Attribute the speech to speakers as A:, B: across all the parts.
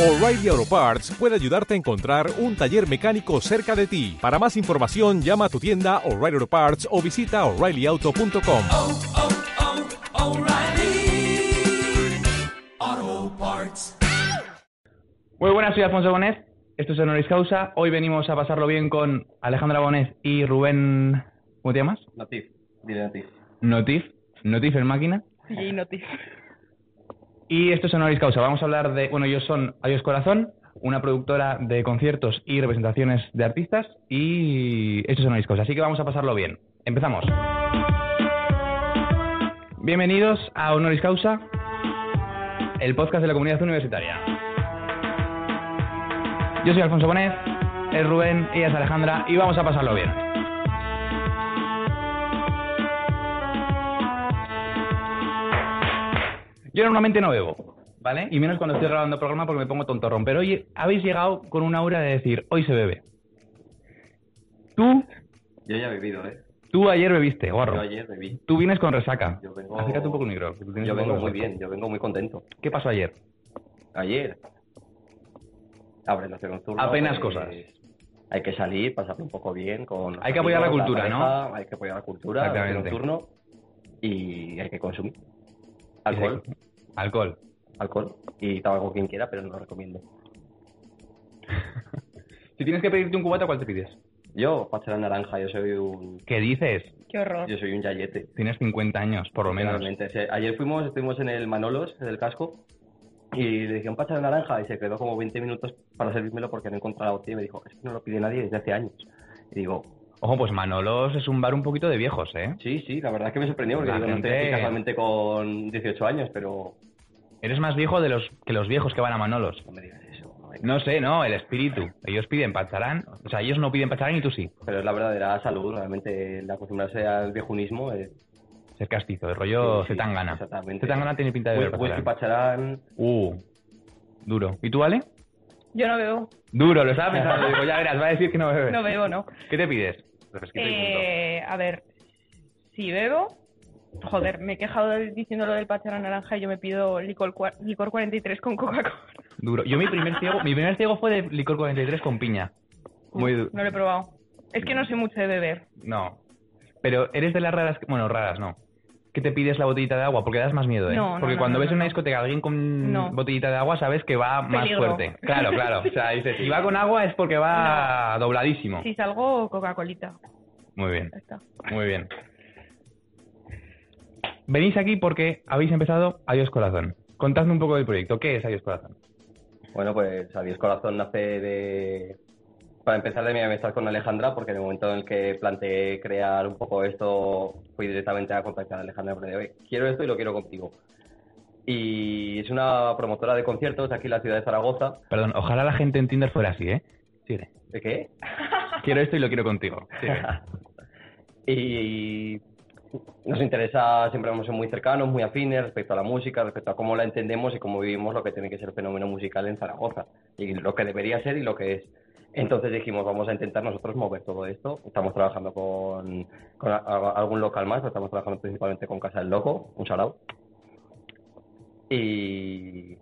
A: O'Reilly Auto Parts puede ayudarte a encontrar un taller mecánico cerca de ti. Para más información, llama a tu tienda O'Reilly Auto Parts o visita oreillyauto.com.
B: O'Reilly Auto Parts.
C: Muy buenas, soy Alfonso Bonet. Esto es Honoris Causa. Hoy venimos a pasarlo bien con Alejandra Bonet y Rubén. ¿Cómo te llamas?
D: Latif, dile Latif.
C: Notif. Notif en máquina.
E: Y Notif.
C: Y esto es Honoris Causa. Vamos a hablar de. Bueno, ellos son Adiós Corazón, una productora de conciertos y representaciones de artistas. Y esto es Honoris Causa. Así que vamos a pasarlo bien. Empezamos. Bienvenidos a Honoris Causa, el podcast de la comunidad universitaria. Yo soy Alfonso Bonet, es Rubén, ella es Alejandra y vamos a pasarlo bien. Yo normalmente no bebo, ¿vale? Y menos cuando estoy grabando programa porque me pongo tontorrón. Pero hoy habéis llegado con una aura de decir, hoy se bebe. Tú,
D: Yo ya he bebido, ¿eh?
C: tú ayer bebiste,
D: Yo
C: guarro.
D: ayer bebí.
C: Tú vienes con resaca.
D: Yo vengo,
C: Acércate un poco al micro. que tú tienes
D: yo
C: un poco
D: vengo
C: de
D: muy
C: resaca.
D: bien, yo vengo muy contento.
C: ¿Qué pasó ayer?
D: Ayer. Abre la segunda turno, pues,
C: Apenas cosas.
D: Hay que salir, pasarlo un poco bien. con los
C: Hay que apoyar la
D: amigos,
C: cultura,
D: pareja, Hay que apoyar la cultura, abrir un
C: Exactamente.
D: turno y hay que consumir. Alcohol,
C: Alcohol.
D: alcohol y tabaco quien quiera, pero no lo recomiendo.
C: Si tienes que pedirte un cubata, ¿cuál te pides?
D: Yo, pasta de naranja, yo soy un
C: ¿Qué dices?
E: Qué horror.
D: yo soy un yayete.
C: Tienes 50 años, por lo menos.
D: Realmente. O sea, ayer fuimos, estuvimos en el Manolos, en el casco, y le dije un pacha de naranja y se quedó como 20 minutos para servírmelo porque no encontraba la botella y me dijo, es que no lo pide nadie desde hace años. Y digo,
C: Ojo, pues Manolos es un bar un poquito de viejos, ¿eh?
D: sí, sí, la verdad es que me sorprendió porque
C: La
D: digo, no
C: gente-
D: estoy casualmente con 18 años, pero
C: Eres más viejo de los que los viejos que van a Manolos.
D: no me digas eso. no me-
C: No sé, no, el espíritu. Ellos piden pacharán. O sea, ellos no piden pacharán y tú sí.
D: Pero es la verdadera salud, realmente, el acostumbrarse al viejunismo. Es...
C: Ser castizo, el rollo
D: Sí, sí,
C: Zetangana.
D: exactamente.
C: Zetangana tiene pinta de beber
D: Whisky
C: pacharán.
D: pacharán,
C: Uh, duro. ¿Y tú, Ale?
E: Yo no bebo,
C: Duro, lo estaba pensando. Digo, ya verás, va a decir que no bebes.
E: no bebo, no.
C: ¿Qué te pides? Refresquito y punto.
E: Eh, a ver, si bebo, joder, me he quejado de- diciendo lo del pachara naranja y yo me pido licor, cua- licor 43 con Coca-Cola.
C: Duro. Yo mi primer ciego, mi primer ciego fue de licor 43 con piña. Muy duro.
E: No lo he probado. Es que no sé mucho de beber.
C: No. Pero eres de las raras, que- bueno, raras no. Que te pides la botellita de agua porque das más miedo, ¿eh?
E: No, no,
C: porque
E: no,
C: cuando
E: no,
C: ves
E: no,
C: en una
E: no.
C: discoteca a alguien con
E: No.
C: botellita de agua, sabes que va más
E: Peligro.
C: fuerte. Claro, claro. O sea, dices, si va con agua es porque va dobladísimo.
E: Si salgo, Coca-Colita.
C: Muy bien,
E: Ya está.
C: muy bien. Venís aquí porque habéis empezado Adiós Corazón. Contadme un poco del proyecto. ¿Qué es Adiós Corazón?
D: Bueno, pues Adiós Corazón nace de... Para empezar de mi amistad con Alejandra, porque en el momento en el que planteé crear un poco esto, fui directamente a contactar a Alejandra porque oye, quiero esto y lo quiero contigo. Y es una promotora de conciertos de aquí en la ciudad de Zaragoza.
C: Perdón, ojalá la gente en Tinder fuera así, ¿eh? Sigue.
D: ¿De qué?
C: Quiero esto y lo quiero contigo. Sigue.
D: y nos interesa, siempre hemos sido muy cercanos, muy afines respecto a la música, respecto a cómo la entendemos y cómo vivimos lo que tiene que ser el fenómeno musical en Zaragoza, y lo que debería ser y lo que es. Entonces dijimos, vamos a intentar nosotros mover todo esto. Estamos trabajando con, con a- a- algún local más, pero estamos trabajando principalmente con Casa del Loco, un sarao. Y,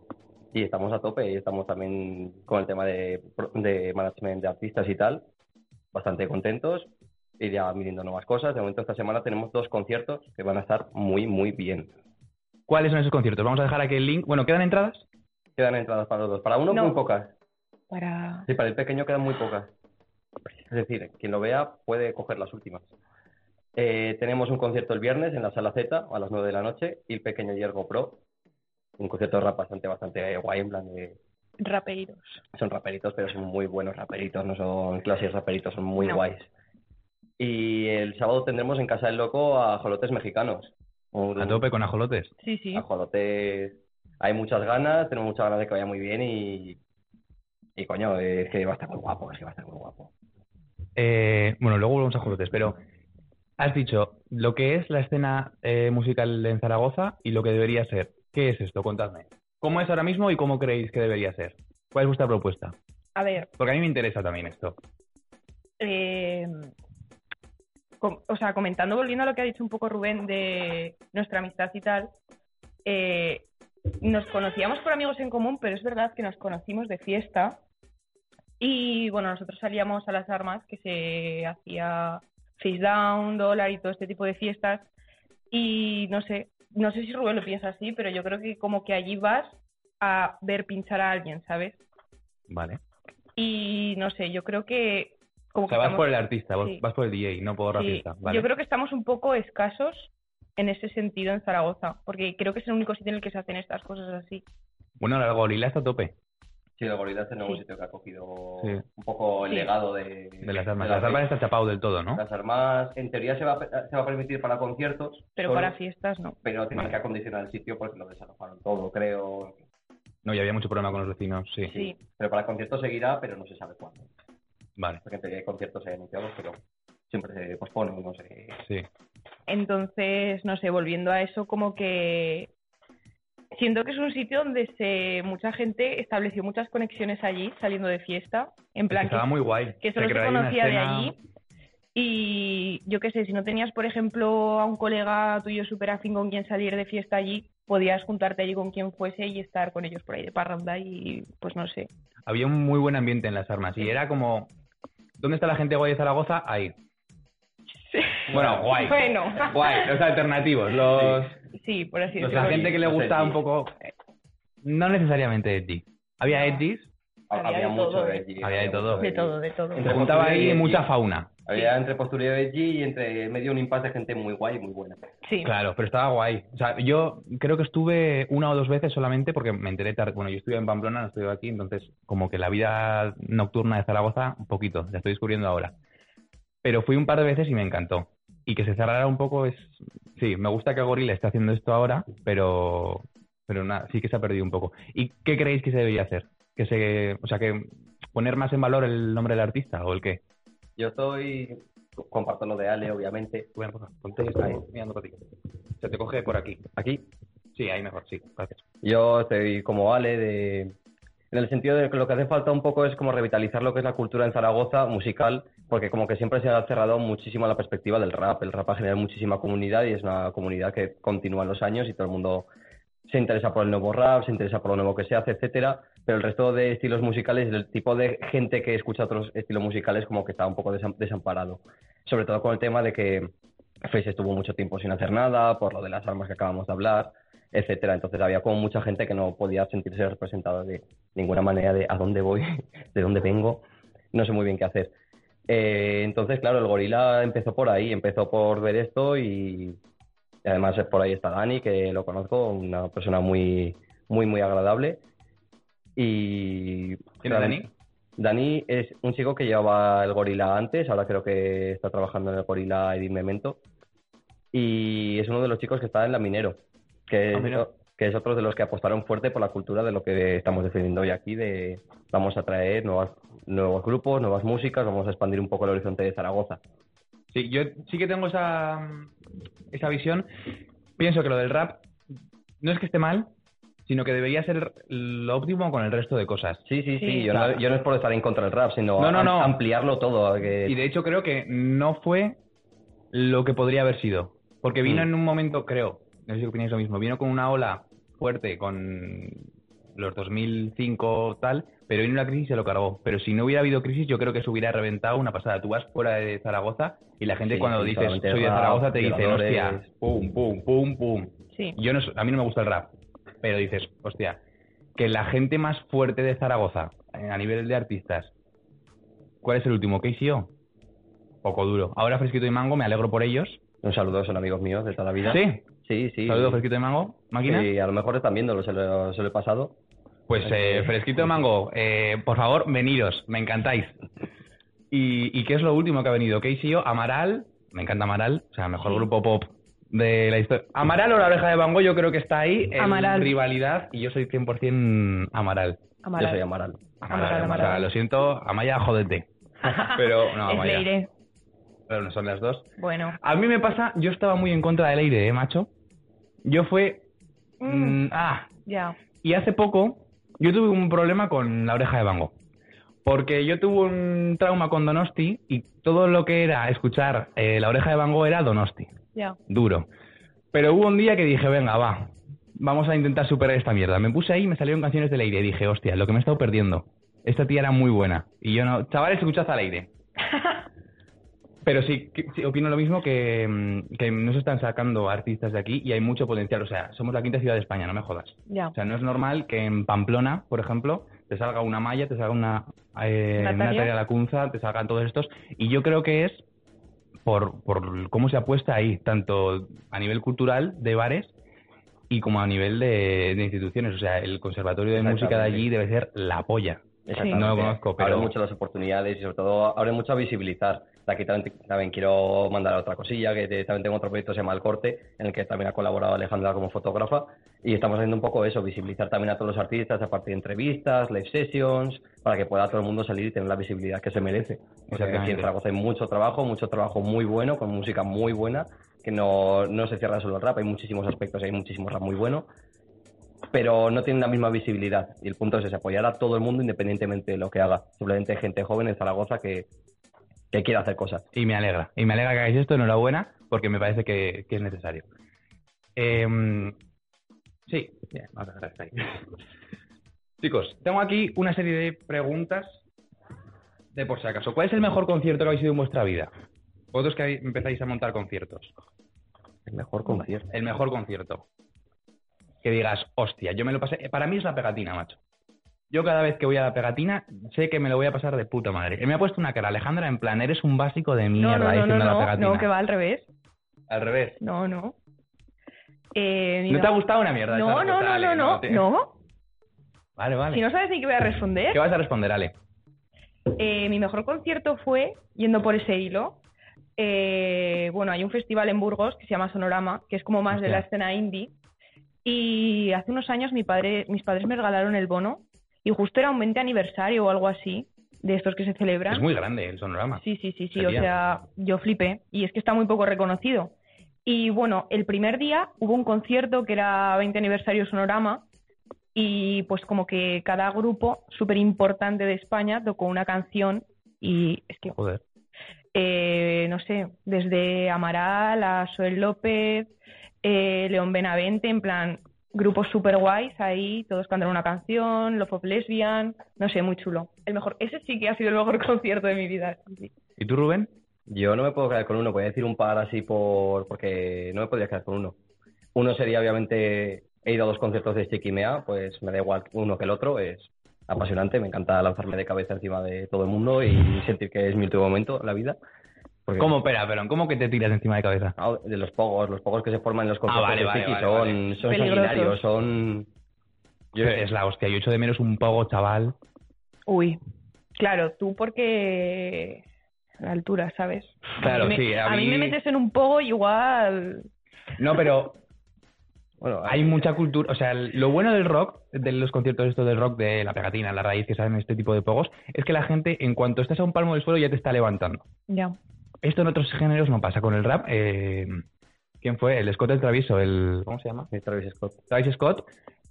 D: y estamos a tope, y estamos también con el tema de, pro- de management de artistas y tal, bastante contentos y ya midiendo nuevas cosas. De momento esta semana tenemos dos conciertos que van a estar muy, muy bien.
C: ¿Cuáles son esos conciertos? Vamos a dejar aquí el link. Bueno, ¿quedan entradas?
D: Quedan entradas para los dos. Para uno
E: No.
D: muy pocas.
E: Para...
D: Sí, para el pequeño quedan muy pocas. Es decir, quien lo vea puede coger las últimas. Eh, tenemos un concierto el viernes en la sala Z a las 9 de la noche y el pequeño Yergo Pro. Un concierto de rap bastante, bastante guay, en plan de...
E: Rapeiros.
D: son raperitos, pero son muy buenos raperitos, no son clásicos raperitos, son muy
E: No.
D: guays. Y el sábado tendremos en Casa del Loco a Jolotes Mexicanos. Un-
C: A tope con ajolotes.
E: Sí, sí.
D: Ah. Ajolote, hay muchas ganas, tenemos muchas ganas de que vaya muy bien y, y coño, es que va a estar muy guapo, es que va a estar muy guapo.
C: Eh, bueno, luego volvemos a ajolotes, pero has dicho lo que es la escena eh, musical en Zaragoza y lo que debería ser. ¿Qué es esto? Contadme. ¿Cómo es ahora mismo y cómo creéis que debería ser? ¿Cuál es vuestra propuesta?
E: A ver,
C: Porque a mí me interesa también esto.
E: eh, com- o sea, comentando, volviendo a lo que ha dicho un poco Rubén de nuestra amistad y tal, eh,
F: nos conocíamos por amigos en común, pero es verdad que nos conocimos de fiesta. Y bueno, nosotros salíamos a las armas, que se hacía face down, dólar y todo este tipo de fiestas. Y no sé, no sé si Rubén lo piensa así, pero yo creo que como que allí vas a ver pinchar a alguien, ¿sabes?
C: Vale.
F: Y no sé, yo creo que como
C: O sea,
F: que
C: vas
F: estamos-
C: por el artista, vas-
F: sí.
C: vas por el DJ, no por la
F: Sí,
C: fiesta. Vale.
F: Yo creo que estamos un poco escasos en ese sentido en Zaragoza, porque creo que es el único sitio en el que se hacen estas cosas así.
C: Bueno, ahora el gorila está a tope.
D: Sí, los gorilas tenemos un
F: Sí.
D: sitio que ha cogido
C: Sí.
D: un poco el
F: Sí.
D: legado de,
C: De las armas.
D: de
C: las armas está chapado del todo, ¿no?
D: Las armas, en teoría, se va, a- se va a permitir para conciertos.
F: Pero
D: solo,
F: para fiestas no.
D: Pero tienen
C: Vale.
D: que acondicionar el sitio porque lo desalojaron todo, creo.
C: No, y había mucho problema con los vecinos, sí.
F: Sí.
D: Pero para conciertos seguirá, pero no se sabe cuándo.
C: Vale,
D: Porque en teoría hay conciertos ahí anunciados, pero siempre se posponen, no sé.
C: sí.
F: Entonces, no sé, volviendo a eso, como que siento que es un sitio donde se mucha gente estableció muchas conexiones allí, saliendo de fiesta,
C: Es
F: en
C: que
F: plan que,
C: estaba muy guay.
F: que solo se
C: creó ahí una
F: conocía de
C: escena-
F: allí. Y yo qué sé, si no tenías, por ejemplo, a un colega tuyo súper afín con quien salir de fiesta allí, podías juntarte allí con quien fuese y estar con ellos por ahí de parranda y pues no sé.
C: Había un muy buen ambiente en las armas. Y era como, ¿dónde está la gente guay de Zaragoza? Ahí. Bueno, guay.
F: Bueno,
C: Guay, los alternativos, los...
F: sí, por así
C: los
F: decirlo.
C: la gente que le
D: Los
C: gusta un
D: etis.
C: poco... eh, No necesariamente Eti. Había
F: No.
C: etis,
F: Había
D: Había,
F: de
D: mucho
F: todo,
D: de
F: ¿eh?
D: allí.
C: Había de todo.
F: De todo, de todo.
D: Entre-
C: juntaba ahí
D: Eti.
C: mucha fauna.
D: Había entre postureo de allí y entre medio un impasse de gente muy guay y muy buena.
F: Sí,
C: Claro, pero estaba guay. O sea, yo creo que estuve una o dos veces solamente porque me enteré tarde. Bueno, yo estuve en Pamplona, no estuve aquí, entonces como que la vida nocturna de Zaragoza, un poquito, la estoy descubriendo ahora. Pero fui un par de veces y me encantó. Y que se cerrara un poco es... Sí, me gusta que Gorila esté haciendo esto ahora, pero, pero nada, sí que se ha perdido un poco. ¿Y qué creéis que se debería hacer? Que se, o sea, que poner más en valor el nombre del artista o el qué.
D: Yo estoy. Comparto lo de Ale, obviamente.
C: Bueno, por favor, ponte ahí, mirando para ti. Se te coge por aquí. ¿Aquí? Sí, ahí mejor, sí, gracias.
D: Yo estoy como Ale de... En el sentido de que lo que hace falta un poco es como revitalizar lo que es la cultura en Zaragoza musical, porque como que siempre se ha cerrado muchísimo la perspectiva del rap. El rap ha generado muchísima comunidad y es una comunidad que continúa en los años y todo el mundo se interesa por el nuevo rap, se interesa por lo nuevo que se hace, etcétera. Pero el resto de estilos musicales, el tipo de gente que escucha otros estilos musicales como que está un poco desam- desamparado. Sobre todo con el tema de que Face estuvo mucho tiempo sin hacer nada, por lo de las armas que acabamos de hablar etcétera. Entonces había como mucha gente que no podía sentirse representada de ninguna manera de a dónde voy, de dónde vengo, no sé muy bien qué hacer. Eh, entonces, claro, el gorila empezó por ahí, empezó por ver esto y, y además eh, por ahí está Dani, que lo conozco, una persona muy, muy, muy agradable. Y,
C: ¿Quién es
D: claro,
C: Dani?
D: Dani es un chico que llevaba el gorila antes, ahora creo que está trabajando en el gorila Edith Memento. Y es uno de los chicos que está en la Minero, que,
C: Ah, mira.
D: que es otro de los que apostaron fuerte por la cultura de lo que estamos defendiendo hoy aquí, de vamos a traer nuevas, nuevos grupos, nuevas músicas, vamos a expandir un poco el horizonte de Zaragoza.
C: Sí, yo sí que tengo esa, mm, esa visión. Pienso que lo del rap no es que esté mal, sino que debería ser lo óptimo con el resto de cosas.
D: Sí, sí, sí,
F: Sí.
D: yo,
C: Claro.
D: no, yo no es por estar en contra del rap, sino
C: No, no,
D: am-
C: no.
D: ampliarlo todo. a que-
C: Y de hecho creo que no fue lo que podría haber sido. Porque vino
D: Mm.
C: en un momento, creo, no sé si opináis lo mismo, vino con una ola fuerte con los 2005 tal, pero vino la crisis y se lo cargó. Pero si no hubiera habido crisis, yo creo que se hubiera reventado una pasada. Tú vas fuera de Zaragoza y la gente
D: Sí,
C: cuando
D: sí,
C: dices soy
D: solamente
C: de
D: rap,
C: Zaragoza te dice,
D: violadores.
C: hostia, pum, pum, pum, pum.
F: sí.
C: Yo no, so- a mí no me gusta el rap, pero dices, hostia, que la gente más fuerte de Zaragoza, eh, a nivel de artistas, ¿cuál es el último? ¿KCO? Poco duro. Ahora Fresquito y Mango, me alegro por ellos.
D: Un saludo, son amigos míos de toda la vida.
C: Sí,
D: sí, sí.
C: saludo Fresquito y Mango, máquina.
D: Sí, a lo mejor están viéndolo, se lo, se lo he pasado.
C: Pues eh, Fresquito y Mango, eh, por favor, veniros, me encantáis. ¿Y, y qué es lo último que ha venido? KCO, Amaral, me encanta Amaral, o sea, mejor grupo pop de la historia. Amaral o la oreja de Van Gogh, yo creo que está ahí en
F: Amaral.
C: rivalidad y yo soy 100% Amaral.
D: Yo soy Amaral.
C: Amaral,
F: Amaral,
C: Amaral.
F: Amaral.
C: Lo siento, Amaya, jódete. Pero no,
F: es
C: Amaya.
F: Leire.
C: Pero no son las dos.
F: Bueno.
C: A mí me pasa, yo estaba muy en contra de Leire, ¿eh, macho? Yo fue...
F: Mm,
C: mm, ah,
F: ya.
C: y hace poco yo tuve un problema con la oreja de Bango. Porque yo tuve un trauma con Donosti y todo lo que era escuchar eh, la oreja de Bango era Donosti.
F: Ya.
C: Duro. Pero hubo un día que dije, venga, va. vamos a intentar superar esta mierda. Me puse ahí y me salieron canciones del aire. Dije, hostia, lo que me he estado perdiendo. Esta tía era muy buena. Y yo no, chavales, escuchad al aire. Pero sí, que- sí, opino lo mismo que, mm, que no se están sacando artistas de aquí y hay mucho potencial. O sea, somos la quinta ciudad de España, no me jodas.
F: Ya.
C: O sea, no es normal que en Pamplona, por ejemplo, te salga una Maya, te salga una eh,
F: Natalia.
C: Natalia Lacunza, te salgan todos estos. Y yo creo que es por, por cómo se apuesta ahí, tanto a nivel cultural de bares y como a nivel de, de instituciones. O sea, el Conservatorio de Música de allí debe ser la polla.
D: Exactamente.
C: No lo conozco, pero-
D: Abre mucho las oportunidades y sobre todo abre mucho a visibilizar. De aquí también, también quiero mandar otra cosilla, que te- también tengo otro proyecto que se llama El Corte, en el que también ha colaborado Alejandra como fotógrafa. Y estamos haciendo un poco eso, visibilizar también a todos los artistas a partir de entrevistas, live sessions, para que pueda todo el mundo salir y tener la visibilidad que se merece. Porque aquí
C: Exactamente.
D: en Zaragoza hay mucho trabajo, mucho trabajo muy bueno, con música muy buena, que no, no se cierra solo el rap, hay muchísimos aspectos, hay muchísimo rap muy bueno pero no tienen la misma visibilidad. Y el punto es ese, apoyar a todo el mundo independientemente de lo que haga. Simplemente hay gente joven en Zaragoza que, que quiere hacer cosas.
C: Y me alegra. Y me alegra que hagáis esto. Enhorabuena, porque me parece que, que es necesario. Em, sí, ya, vamos a dejar hasta ahí. Chicos, tengo aquí una serie de preguntas de por si acaso. ¿Cuál es el mejor concierto que habéis ido en vuestra vida? Vosotros que habéis- empezáis a montar conciertos.
D: El mejor concierto.
C: El mejor concierto. Que digas, hostia, yo me lo pasé. Para mí es la pegatina, macho. Yo cada vez que voy a la pegatina, sé que me lo voy a pasar de puta madre. Me ha puesto una cara, Alejandra, en plan, eres un básico de mierda
F: No, no, no, no,
C: diciendo la
F: no,
C: pegatina.
F: no, que va al revés.
C: Al revés.
F: No, no. Eh,
C: ¿No te ha
F: mira-
C: gustado una mierda? esa
F: No, no,
C: respuesta,
F: no,
C: Ale?
F: no, no,
C: te-
F: no.
C: Vale, vale.
F: Si no sabes ni qué voy a responder.
C: ¿Qué vas a responder, Ale?
F: Eh, mi mejor concierto fue, yendo por ese hilo, eh, bueno, hay un festival en Burgos que se llama Sonorama, que es como más de la
C: Hostia.
F: escena indie. Y hace unos años mi padre, mis padres me regalaron el bono y justo era un 20 aniversario o algo así de estos que se celebran.
C: Es muy grande el sonorama.
F: Sí, sí, sí, sí,
C: Sería.
F: o sea, yo flipé y es que está muy poco reconocido. Y bueno, el primer día hubo un concierto que era 20 aniversario Sonorama y pues como que cada grupo súper importante de España tocó una canción y es que,
C: Joder.
F: eh, no sé, desde Amaral a Soel López, eh, León Benavente, en plan, grupos súper guays ahí, todos cantaron una canción, Love of Lesbian, no sé, muy chulo. El mejor, ese sí que ha sido el mejor concierto de mi vida. sí, sí.
C: ¿Y tú, Rubén?
D: Yo no me puedo quedar con uno, voy a decir un par así por porque no me podría quedar con uno. Uno sería, obviamente, he ido a dos conciertos de Chiquimea, pues me da igual uno que el otro, es apasionante, me encanta lanzarme de cabeza encima de todo el mundo y sentir que es mi último momento en la vida. Porque-
C: ¿Cómo, pera, Perón? ¿Cómo que te tiras encima de cabeza?
D: Ah, de los pogos, los pogos que se forman en los conciertos
C: Ah, vale,
D: de
C: vale,
D: Chiqui
C: vale,
D: son, son
F: Peligrosos.
D: sanguinarios, son...
C: Yo, es la hostia, yo echo de menos un poco, chaval.
F: Uy, claro, tú porque a la altura, ¿sabes?
C: Claro,
F: A mí me-
C: sí, a
F: A mí
C: mí-
F: me metes en un pogo y igual.
C: No, pero
D: Bueno,
C: hay mucha cultura. O sea, el- lo bueno del rock, de los conciertos estos del rock, de la pegatina, la raíz que salen este tipo de pogos, es que la gente, en cuanto estás a un palmo del suelo, ya te está levantando.
F: Ya.
C: Esto en otros géneros no pasa. Con el rap, eh, ¿quién fue? El Scott del Travieso, el... ¿Cómo se llama?
D: es Travis Scott.
C: Travis Scott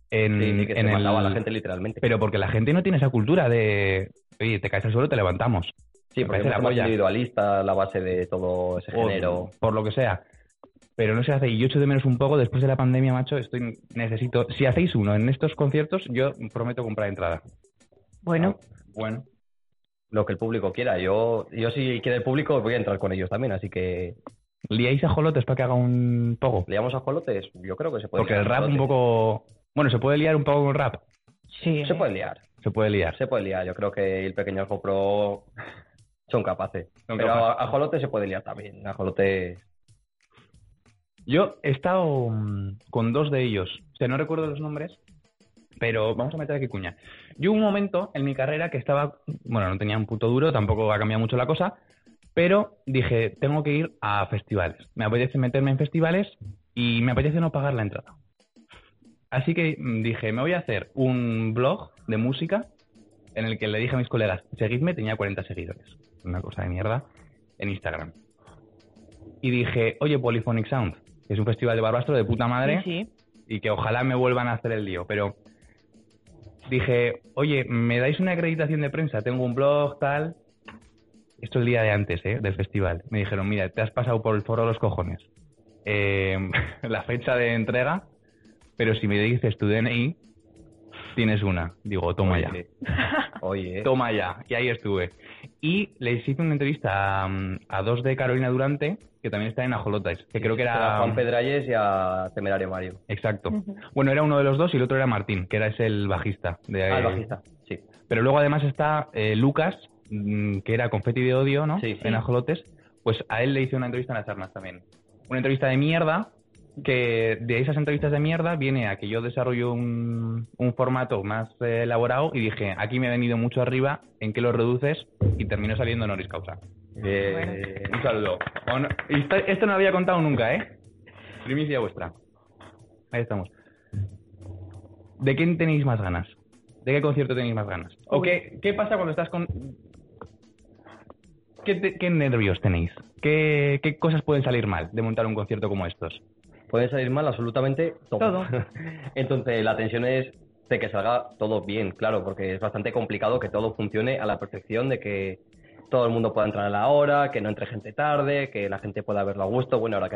C: en,
D: Sí, sí, que se
C: mm, en el-
D: mataba a la gente literalmente.
C: Pero porque la gente no tiene esa cultura de, oye, te caes al suelo, te levantamos.
D: sí, porque
C: me
D: es
C: parece la
D: más
C: polla.
D: individualista la base de todo ese género.
C: Por lo que sea. Pero no se hace. Y yo echo de menos un poco después de la pandemia, macho. Estoy necesito. Si hacéis uno en estos conciertos, yo prometo comprar entrada. Ah,
F: Bueno,
C: Bueno.
D: Lo que el público quiera. Yo, yo si quiere el público voy a entrar con ellos también, así que...
C: ¿Liáis a Jolotes para que haga un poco?
D: ¿Le llamamos a Jolotes? Yo creo que se puede
C: Porque
D: liar
C: el rap
D: a
C: un
D: Jolotes.
C: poco. Bueno, se puede liar un poco con rap.
F: sí.
E: eh.
D: Se puede liar,
C: Se puede liar.
D: se puede liar. Yo creo que el pequeño Aljo Pro son capaces.
C: Son
D: Pero
C: capaces.
D: a a Jolotes se puede liar también. A Jolotes...
C: Yo he estado mm, con dos de ellos. O sea, no recuerdo los nombres, pero vamos a meter aquí cuña. Yo hubo un momento en mi carrera que estaba, bueno, no tenía un puto duro, tampoco ha cambiado mucho la cosa, pero dije, tengo que ir a festivales. Me apetece meterme en festivales y me apetece no pagar la entrada. Así que mm, dije, me voy a hacer un blog de música en el que le dije a mis colegas, seguidme, tenía 40 seguidores. Una cosa de mierda en Instagram. Y dije, oye, Polyphonic Sound, que es un festival de barbastro de puta madre
F: Sí, sí.
C: y que ojalá me vuelvan a hacer el lío, pero dije, oye, ¿me dais una acreditación de prensa? Tengo un blog, tal. Esto el día de antes, ¿eh? Del festival. Me dijeron, mira, te has pasado por el foro de los cojones. Eh, la fecha de entrega Pero si me dices tu DNI, tienes una. Digo, toma ya.
D: Oye, Oye.
C: Toma ya. Y ahí estuve. Y les hice una entrevista a, a dos de Carolina Durante, que también está en Ajolotas, que creo que
D: A
C: era...
D: Juan Pedralles y a Temerario Mario.
C: Exacto. Bueno, era uno de los dos y el otro era Martín, que era es el bajista. De,
D: Ah, el bajista, sí.
C: Pero luego además está eh, Lucas, mm, que era confeti de odio, ¿no?
D: Sí, sí.
C: En Ajolotes. Pues a él le hice una entrevista en las armas también. Una entrevista de mierda, que de esas entrevistas de mierda viene a que yo desarrollo un, un formato más eh, elaborado y dije, aquí me he venido mucho arriba, ¿en qué lo reduces? Y terminó saliendo honoris causa. Eh, un saludo. Hon- y esto, esto no lo había contado nunca, ¿eh? Primicia vuestra. Ahí estamos. ¿De quién tenéis más ganas? ¿De qué concierto tenéis más ganas? ¿O qué, qué pasa cuando estás con... ¿Qué, te- qué nervios tenéis? ¿Qué, ¿Qué cosas pueden salir mal de montar un concierto como estos?
D: Puede salir mal absolutamente todo.
E: Todo.
D: Entonces, la tensión es de que salga todo bien, claro, porque es bastante complicado que todo funcione a la perfección, de que todo el mundo pueda entrar a la hora, que no entre gente tarde, que la gente pueda verlo a gusto. Bueno, ahora que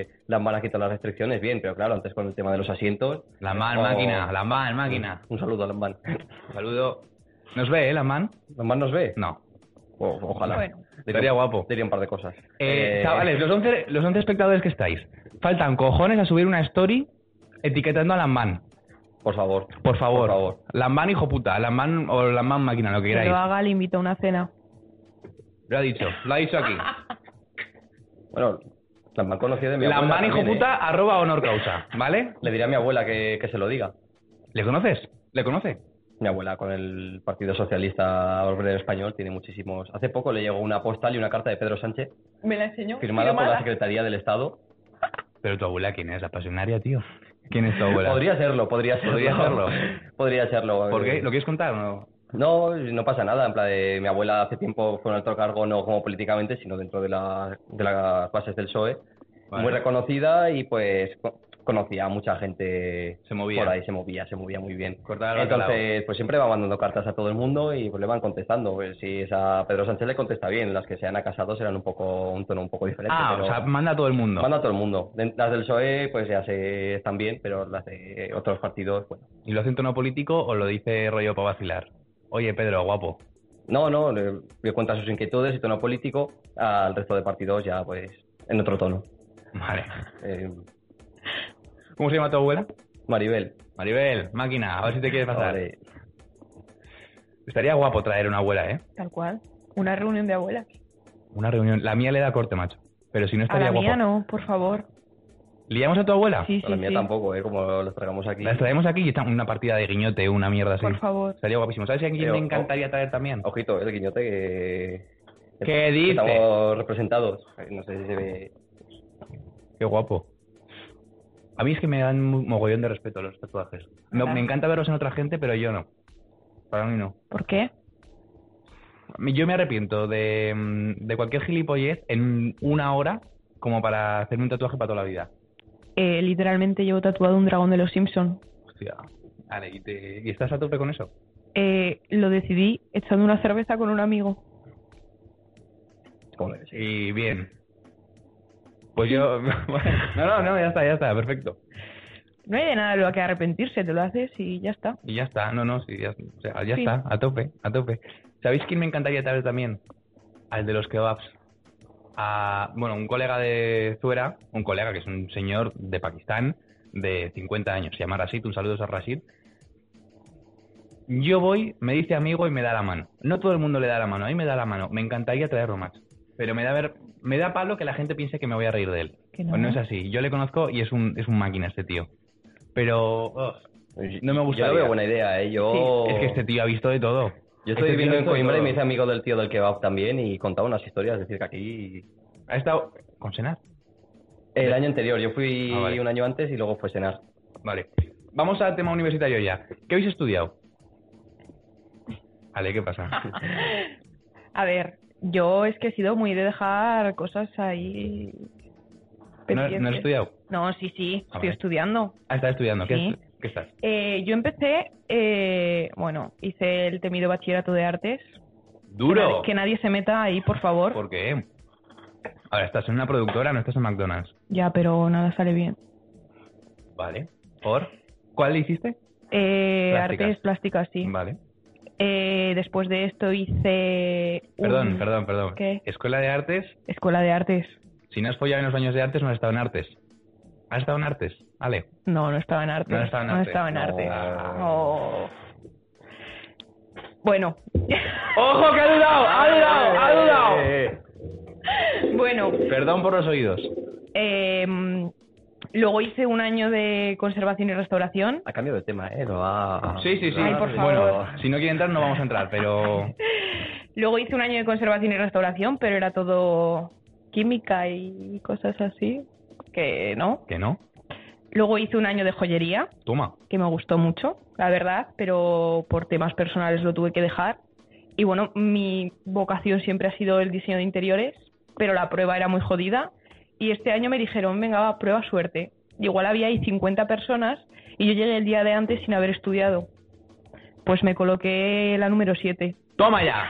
D: eh, las van a quitar las restricciones, bien, pero claro, antes con el tema de los asientos.
C: La man
D: Oh.
C: máquina, la man máquina.
D: Un saludo a Lamban.
C: Un saludo. ¿Nos ve, eh, la man?
D: ¿Lamban nos ve?
C: No.
D: O- ojalá.
E: Bueno.
C: Estaría guapo.
D: Diría un par de cosas.
C: Eh,
D: Eh,
C: Chavales, los 11, los 11 espectadores que estáis, faltan cojones a subir una story etiquetando a la man.
D: Por favor.
C: Por
D: Por
C: favor.
D: favor.
C: La man, hijo puta. La man o la man máquina, lo que
E: Que
C: queráis.
E: lo haga, le invito a una cena.
C: Lo ha dicho, lo ha dicho aquí.
D: Bueno, Lamban conocido de mi
C: La
D: abuela
C: man, hijo
D: también,
C: puta,
D: ¿eh?
C: arroba honor causa, ¿vale?
D: Le diré a mi abuela que, que se lo diga.
C: ¿Le conoces? ¿Le conoce?
D: Mi abuela con el Partido Socialista Obrero Español tiene muchísimos. Hace poco le llegó una postal y una carta de Pedro Sánchez
E: Me la enseñó.
D: firmada por la Secretaría del Estado.
C: Pero tu abuela, ¿quién es? La pasionaria, tío. ¿Quién es tu abuela?
D: Podría serlo, podría serlo.
C: Podría serlo.
D: Podría serlo.
C: ¿Por qué?
D: Eh,
C: ¿Lo quieres contar o no?
D: No, no pasa nada. En plan, de, mi abuela hace tiempo fue un alto cargo, no como políticamente, sino dentro de, la- de las bases del PSOE.
C: Vale.
D: Muy reconocida y pues co- conocía a mucha gente
C: Se movía.
D: por ahí, se movía, se movía muy bien.
C: Cortaba el bacalao.
D: Entonces, pues siempre va mandando cartas a todo el mundo y pues le van contestando. Pues, si es a Pedro Sánchez le contesta bien, las que sean a Casado serán un poco, un tono un poco diferente.
C: Ah,
D: pero
C: o sea, manda a todo el mundo.
D: manda a todo el mundo. De- Las del PSOE pues ya se están bien, pero las de otros partidos, bueno.
C: ¿Y lo hace en tono político o lo dice rollo para vacilar? Oye, Pedro, guapo.
D: No, no, le, le cuenta sus inquietudes y tono político al resto de partidos ya pues en otro tono.
C: Vale.
D: Eh,
C: ¿Cómo se llama tu abuela?
D: Maribel. eh,
C: Maribel, máquina, a ver si te quieres pasar.
D: Vale.
C: Estaría guapo traer una abuela, ¿eh?
E: Tal cual. Una reunión de abuelas.
C: Una reunión. La mía le da corte, macho. Pero si no
E: A
C: estaría
E: la
C: guapo.
E: mía no, por favor.
C: ¿Liamos a tu abuela?
E: Sí,
D: A
E: sí,
D: la mía
E: sí.
D: tampoco, ¿eh? Como los traigamos aquí.
C: Las traemos aquí y está una partida de guiñote, una mierda así.
E: Por favor.
C: Estaría guapísimo. ¿Sabes a quién
D: Pero,
C: me encantaría traer también? Oh,
D: Ojito, eh, el guiñote que...
C: ¿Qué
D: que
C: dices?
D: Estamos representados. Eh, No sé si se ve...
C: Qué guapo. A mí es que me dan mo- mogollón de respeto los tatuajes. No,
E: Ajá.
C: me encanta verlos en otra gente, pero yo no. Para mí no.
E: ¿Por qué?
C: A mí- Yo me arrepiento de, mm, de cualquier gilipollez en una hora como para hacerme un tatuaje para toda la vida.
E: Eh, literalmente llevo tatuado un dragón de los Simpson.
C: Hostia. Vale, ¿y, te- y estás a tope con eso?
E: Eh, lo decidí echando una cerveza con un amigo.
D: ¿Cómo lo ves?
C: Y bien. Pues yo... no, no, no, ya está, ya está, perfecto.
E: No hay de nada de lo que arrepentirse, te lo haces y ya está.
C: Y ya está, no, no, sí, ya, o sea, ya
E: Sí.
C: está, a tope, a tope. ¿Sabéis quién me encantaría traer también? Al de los kebabs. A, bueno, un colega de Zuera, un colega que es un señor de Pakistán de 50 años, se llama Rashid, un saludo a Rashid. Yo voy, me dice amigo y me da la mano. No todo el mundo le da la mano, a mí me da la mano. Me encantaría traerlo más. Pero me da, ver, me da palo que la gente piense que me voy a reír de él.
E: Que no.
C: Pues no es así. Yo le conozco y es un, es un máquina este tío. Pero... oh, ugh, No me
D: Yo lo veo
C: gustaría.
D: buena idea, ¿eh? Yo...
C: es que
F: Oh.
C: este tío ha visto de todo.
D: Yo estoy
C: Este tío
D: viviendo
C: ha
D: en
C: visto de
D: Coimbra y
C: todo.
D: me hice amigo del tío del kebab también y contaba unas historias, es decir, que aquí...
C: Ha estado con Senar.
D: El año anterior, yo fui
C: Ah, vale.
D: un año antes y luego fue cenar.
C: Vale. Vamos al tema universitario ya. ¿Qué habéis estudiado? Vale, ¿qué pasa?
E: A ver, yo es que he sido muy de dejar cosas ahí.
C: ¿No, no
E: pendientes.
C: has estudiado?
E: No, sí, sí,
C: Ah,
E: estoy
C: vale.
E: estudiando.
C: Ah, estás estudiando. ¿Qué,
E: Sí.
C: est- qué estás?
E: Eh, yo empecé, eh, bueno, hice el temido bachillerato de artes. Que
C: ¡Duro!
E: nadie- Que nadie se meta ahí, por favor.
C: ¿Por qué? Ahora, estás en una productora, no estás en McDonald's.
E: Ya, pero nada sale bien.
C: Vale. ¿Por? ¿Cuál hiciste?
F: Eh,
C: Plásticas.
F: artes plásticas, sí.
C: Vale.
F: Eh, después de esto hice...
C: Perdón,
F: un-
C: perdón, perdón.
F: ¿Qué?
C: Escuela de Artes.
F: Escuela de artes.
C: Si no has follado en los baños de artes, no has estado en artes. ¿Has estado en artes? Vale.
F: No, no estaba en artes.
C: No estaba en
F: No
C: artes.
F: estaba en artes.
C: No.
F: Oh. Bueno,
C: ¡Ojo que ha dudado! ¡Ha dudado! ¡Ha dudado!
F: bueno.
C: Perdón por los oídos.
F: em, luego hice un año de conservación y restauración.
D: Ha cambiado de tema, ¿eh? Lo ha...
C: Sí, sí, sí.
F: Ay, por
C: Bueno,
F: favor.
C: si no quiere entrar, no vamos a entrar, pero.
F: Luego hice un año de conservación y restauración, pero era todo química y cosas así, que no.
C: Que no.
F: Luego hice un año de joyería,
C: Toma.
F: que me gustó mucho, la verdad, pero por temas personales lo tuve que dejar. Y bueno, mi vocación siempre ha sido el diseño de interiores, pero la prueba era muy jodida. Y este año me dijeron, venga, va, prueba suerte. Y igual había ahí 50 personas y yo llegué el día de antes sin haber estudiado. Pues me coloqué la número 7.
C: ¡Toma ya!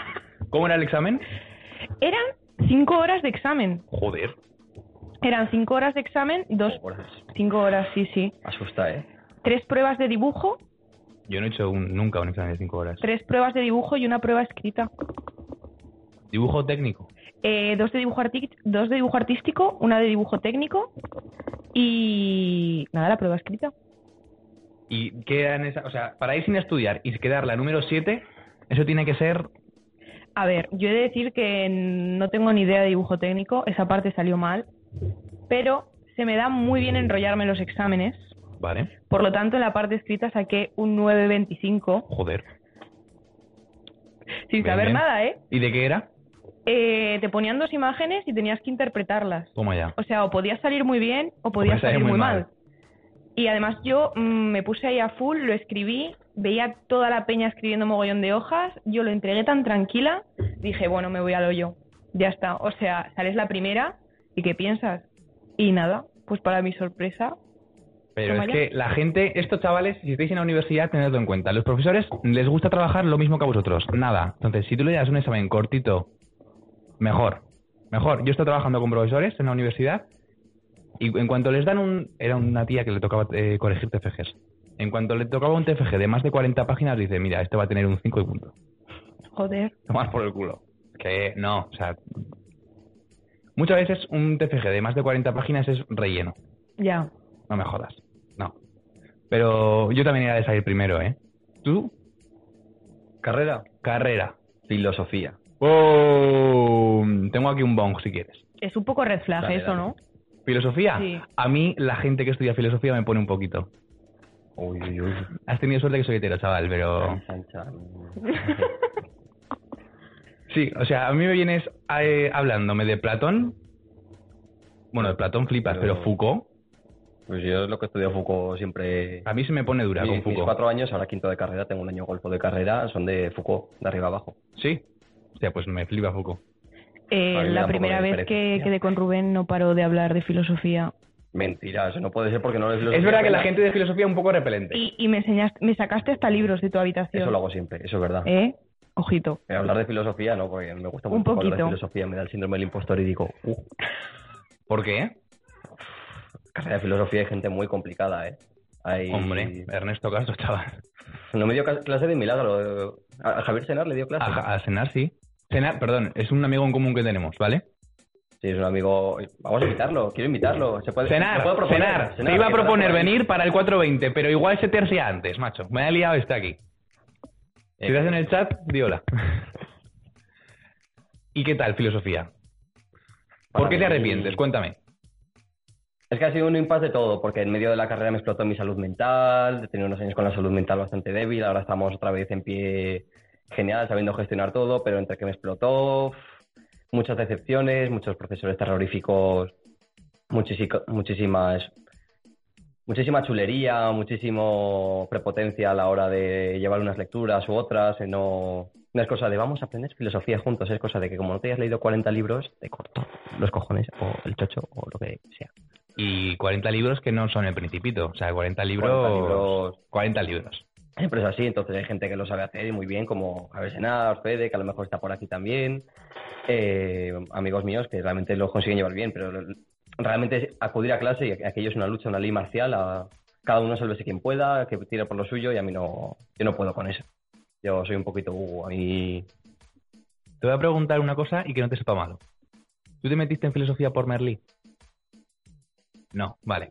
C: ¿Cómo era el examen?
F: Eran 5 horas de examen.
C: Joder.
F: Eran 5 horas de examen, dos,
D: Horas.
F: 5 horas, sí, sí.
D: Asusta, ¿eh?
F: Tres pruebas de dibujo,
C: Yo no he hecho un- nunca un examen de cinco horas.
F: tres pruebas de dibujo y una prueba escrita.
C: Dibujo técnico.
F: Eh, dos, de dibujo arti- dos de dibujo artístico, una de dibujo técnico y nada, la prueba escrita.
C: Y quedan esa. O sea, para ir sin estudiar y quedar la número 7, eso tiene que ser.
F: A ver, yo he de decir que no tengo ni idea de dibujo técnico, esa parte salió mal, pero se me da muy bien enrollarme en los exámenes,
C: Vale.
F: por lo tanto en la parte escrita saqué un 9.25
C: Joder.
F: sin
C: Bien,
F: saber
C: bien.
F: nada, ¿eh?
C: ¿Y de qué era?
F: Eh, Te ponían dos imágenes y tenías que interpretarlas.
C: Toma ya.
F: O sea, o podía salir muy bien o podía
C: podía salir
F: salir
C: muy
F: muy
C: mal.
F: mal. Y además yo mm, me puse ahí a full, lo escribí, veía toda la peña escribiendo mogollón de hojas, yo lo entregué tan tranquila, dije, bueno, me voy al hoyo, ya está. O sea, sales la primera y ¿qué piensas? Y nada, pues para mi sorpresa,
C: Pero
F: Toma
C: es
F: ya.
C: que la gente, estos chavales, si estáis en la universidad, tenedlo en cuenta. Los profesores les gusta trabajar lo mismo que a vosotros. Nada. Entonces, si tú le das un examen cortito, mejor. Mejor. Yo estoy trabajando con profesores en la universidad y en cuanto les dan un... Era una tía que le tocaba eh, corregir TFGs. En cuanto le tocaba un TFG de más de 40 páginas, dice, mira, este va a tener un 5 y punto.
F: joder,
C: Tomar por el culo. Que no, o sea... Muchas veces un TFG de más de 40 páginas es relleno.
F: ya.
C: No me jodas. No. Pero yo también era de salir primero, ¿eh? ¿Tú?
D: ¿Carrera?
C: Carrera.
D: Filosofía.
C: ¡Boom! Tengo aquí un bong si quieres.
F: Es un poco red flag
D: Dale,
F: eso,
D: dale.
F: ¿no?
C: ¿Filosofía?
F: Sí.
C: A mí la gente que estudia filosofía me pone un poquito.
D: Uy, uy, uy.
C: Has tenido suerte que soy hetero, chaval, pero...
D: Chan, chan, chan.
C: Sí, o sea, a mí me vienes eh, hablándome de Platón. Bueno, de Platón flipas, pero
D: Pero-
C: Foucault.
D: Pues yo lo que estudio Foucault siempre...
C: A mí se me pone dura
D: Mis,
C: con
D: mis
C: Foucault.
D: cuatro años, ahora quinto de carrera, tengo un año golfo de carrera, son de Foucault, de arriba abajo.
C: Sí. Hostia, pues me flipa Foucault.
F: Eh,
D: A mí me da
F: la
D: un poco
F: primera
D: de
F: vez que
D: pereza.
F: quedé con Rubén no paró de hablar de filosofía.
D: Mentira, eso no puede ser porque no es
C: Es verdad que la gente de filosofía es un poco repelente.
F: Y, y me, enseñaste, me sacaste hasta libros de tu habitación.
D: Eso lo hago siempre, eso es verdad.
F: ¿Eh? Ojito.
D: Pero hablar de filosofía no, porque me gusta
F: Un
D: mucho hablar de
F: poquito.
D: filosofía, me da el síndrome del impostor y digo, uh,
C: ¿Por qué?
D: carrera de filosofía hay gente muy complicada, ¿eh? Hay...
C: Hombre, Ernesto Castro, chaval.
D: No me dio ca- clase de milagro, eh, a a Javier Senar le dio clase.
C: A, a cenar, sí. Cenar, perdón, es un amigo en común que tenemos, ¿vale?
D: Sí, es un amigo, vamos a invitarlo, quiero invitarlo. ¿Se puede,
C: Cenar,
D: ¿se puede proponer?
C: cenar.
D: Cenar,
C: Te iba a
D: ¿qué tal?
C: proponer venir para el 420, pero igual se tercia antes, macho. Me ha liado este aquí. Si
D: Eh,
C: estás en el chat, di hola. ¿Y qué tal, filosofía? ¿Por
D: Para
C: qué te
D: mí-
C: arrepientes? Cuéntame.
D: Es que ha sido un impasse de todo, porque en medio de la carrera me explotó mi salud mental, he tenido unos años con la salud mental bastante débil, ahora estamos otra vez en pie genial, sabiendo gestionar todo, pero entre que me explotó, muchas decepciones, muchos profesores terroríficos, muchísico- muchísimas, muchísima chulería, muchísimo prepotencia a la hora de llevar unas lecturas u otras, eh, no, no es cosa de vamos a aprender filosofía juntos, es cosa de que como no te hayas leído 40 libros, te corto los cojones o el chocho o lo que sea.
C: Y 40 libros que no son el principito. O sea, 40 libros...
D: 40 libros.
C: 40 libros.
D: Siempre es así, entonces hay gente que lo sabe hacer y muy bien, como Javier Senar, Fede, que a lo mejor está por aquí también. Eh, amigos míos que realmente lo consiguen llevar bien, pero lo- realmente es acudir a clase y aquello es una lucha, una ley marcial a cada uno sálvese quien pueda, que tire por lo suyo y a mí no, yo no puedo con eso. Yo soy un poquito Hugo, a mí
C: Te voy a preguntar una cosa y que no te sepa malo. ¿Tú te metiste en filosofía por Merlí? No, vale.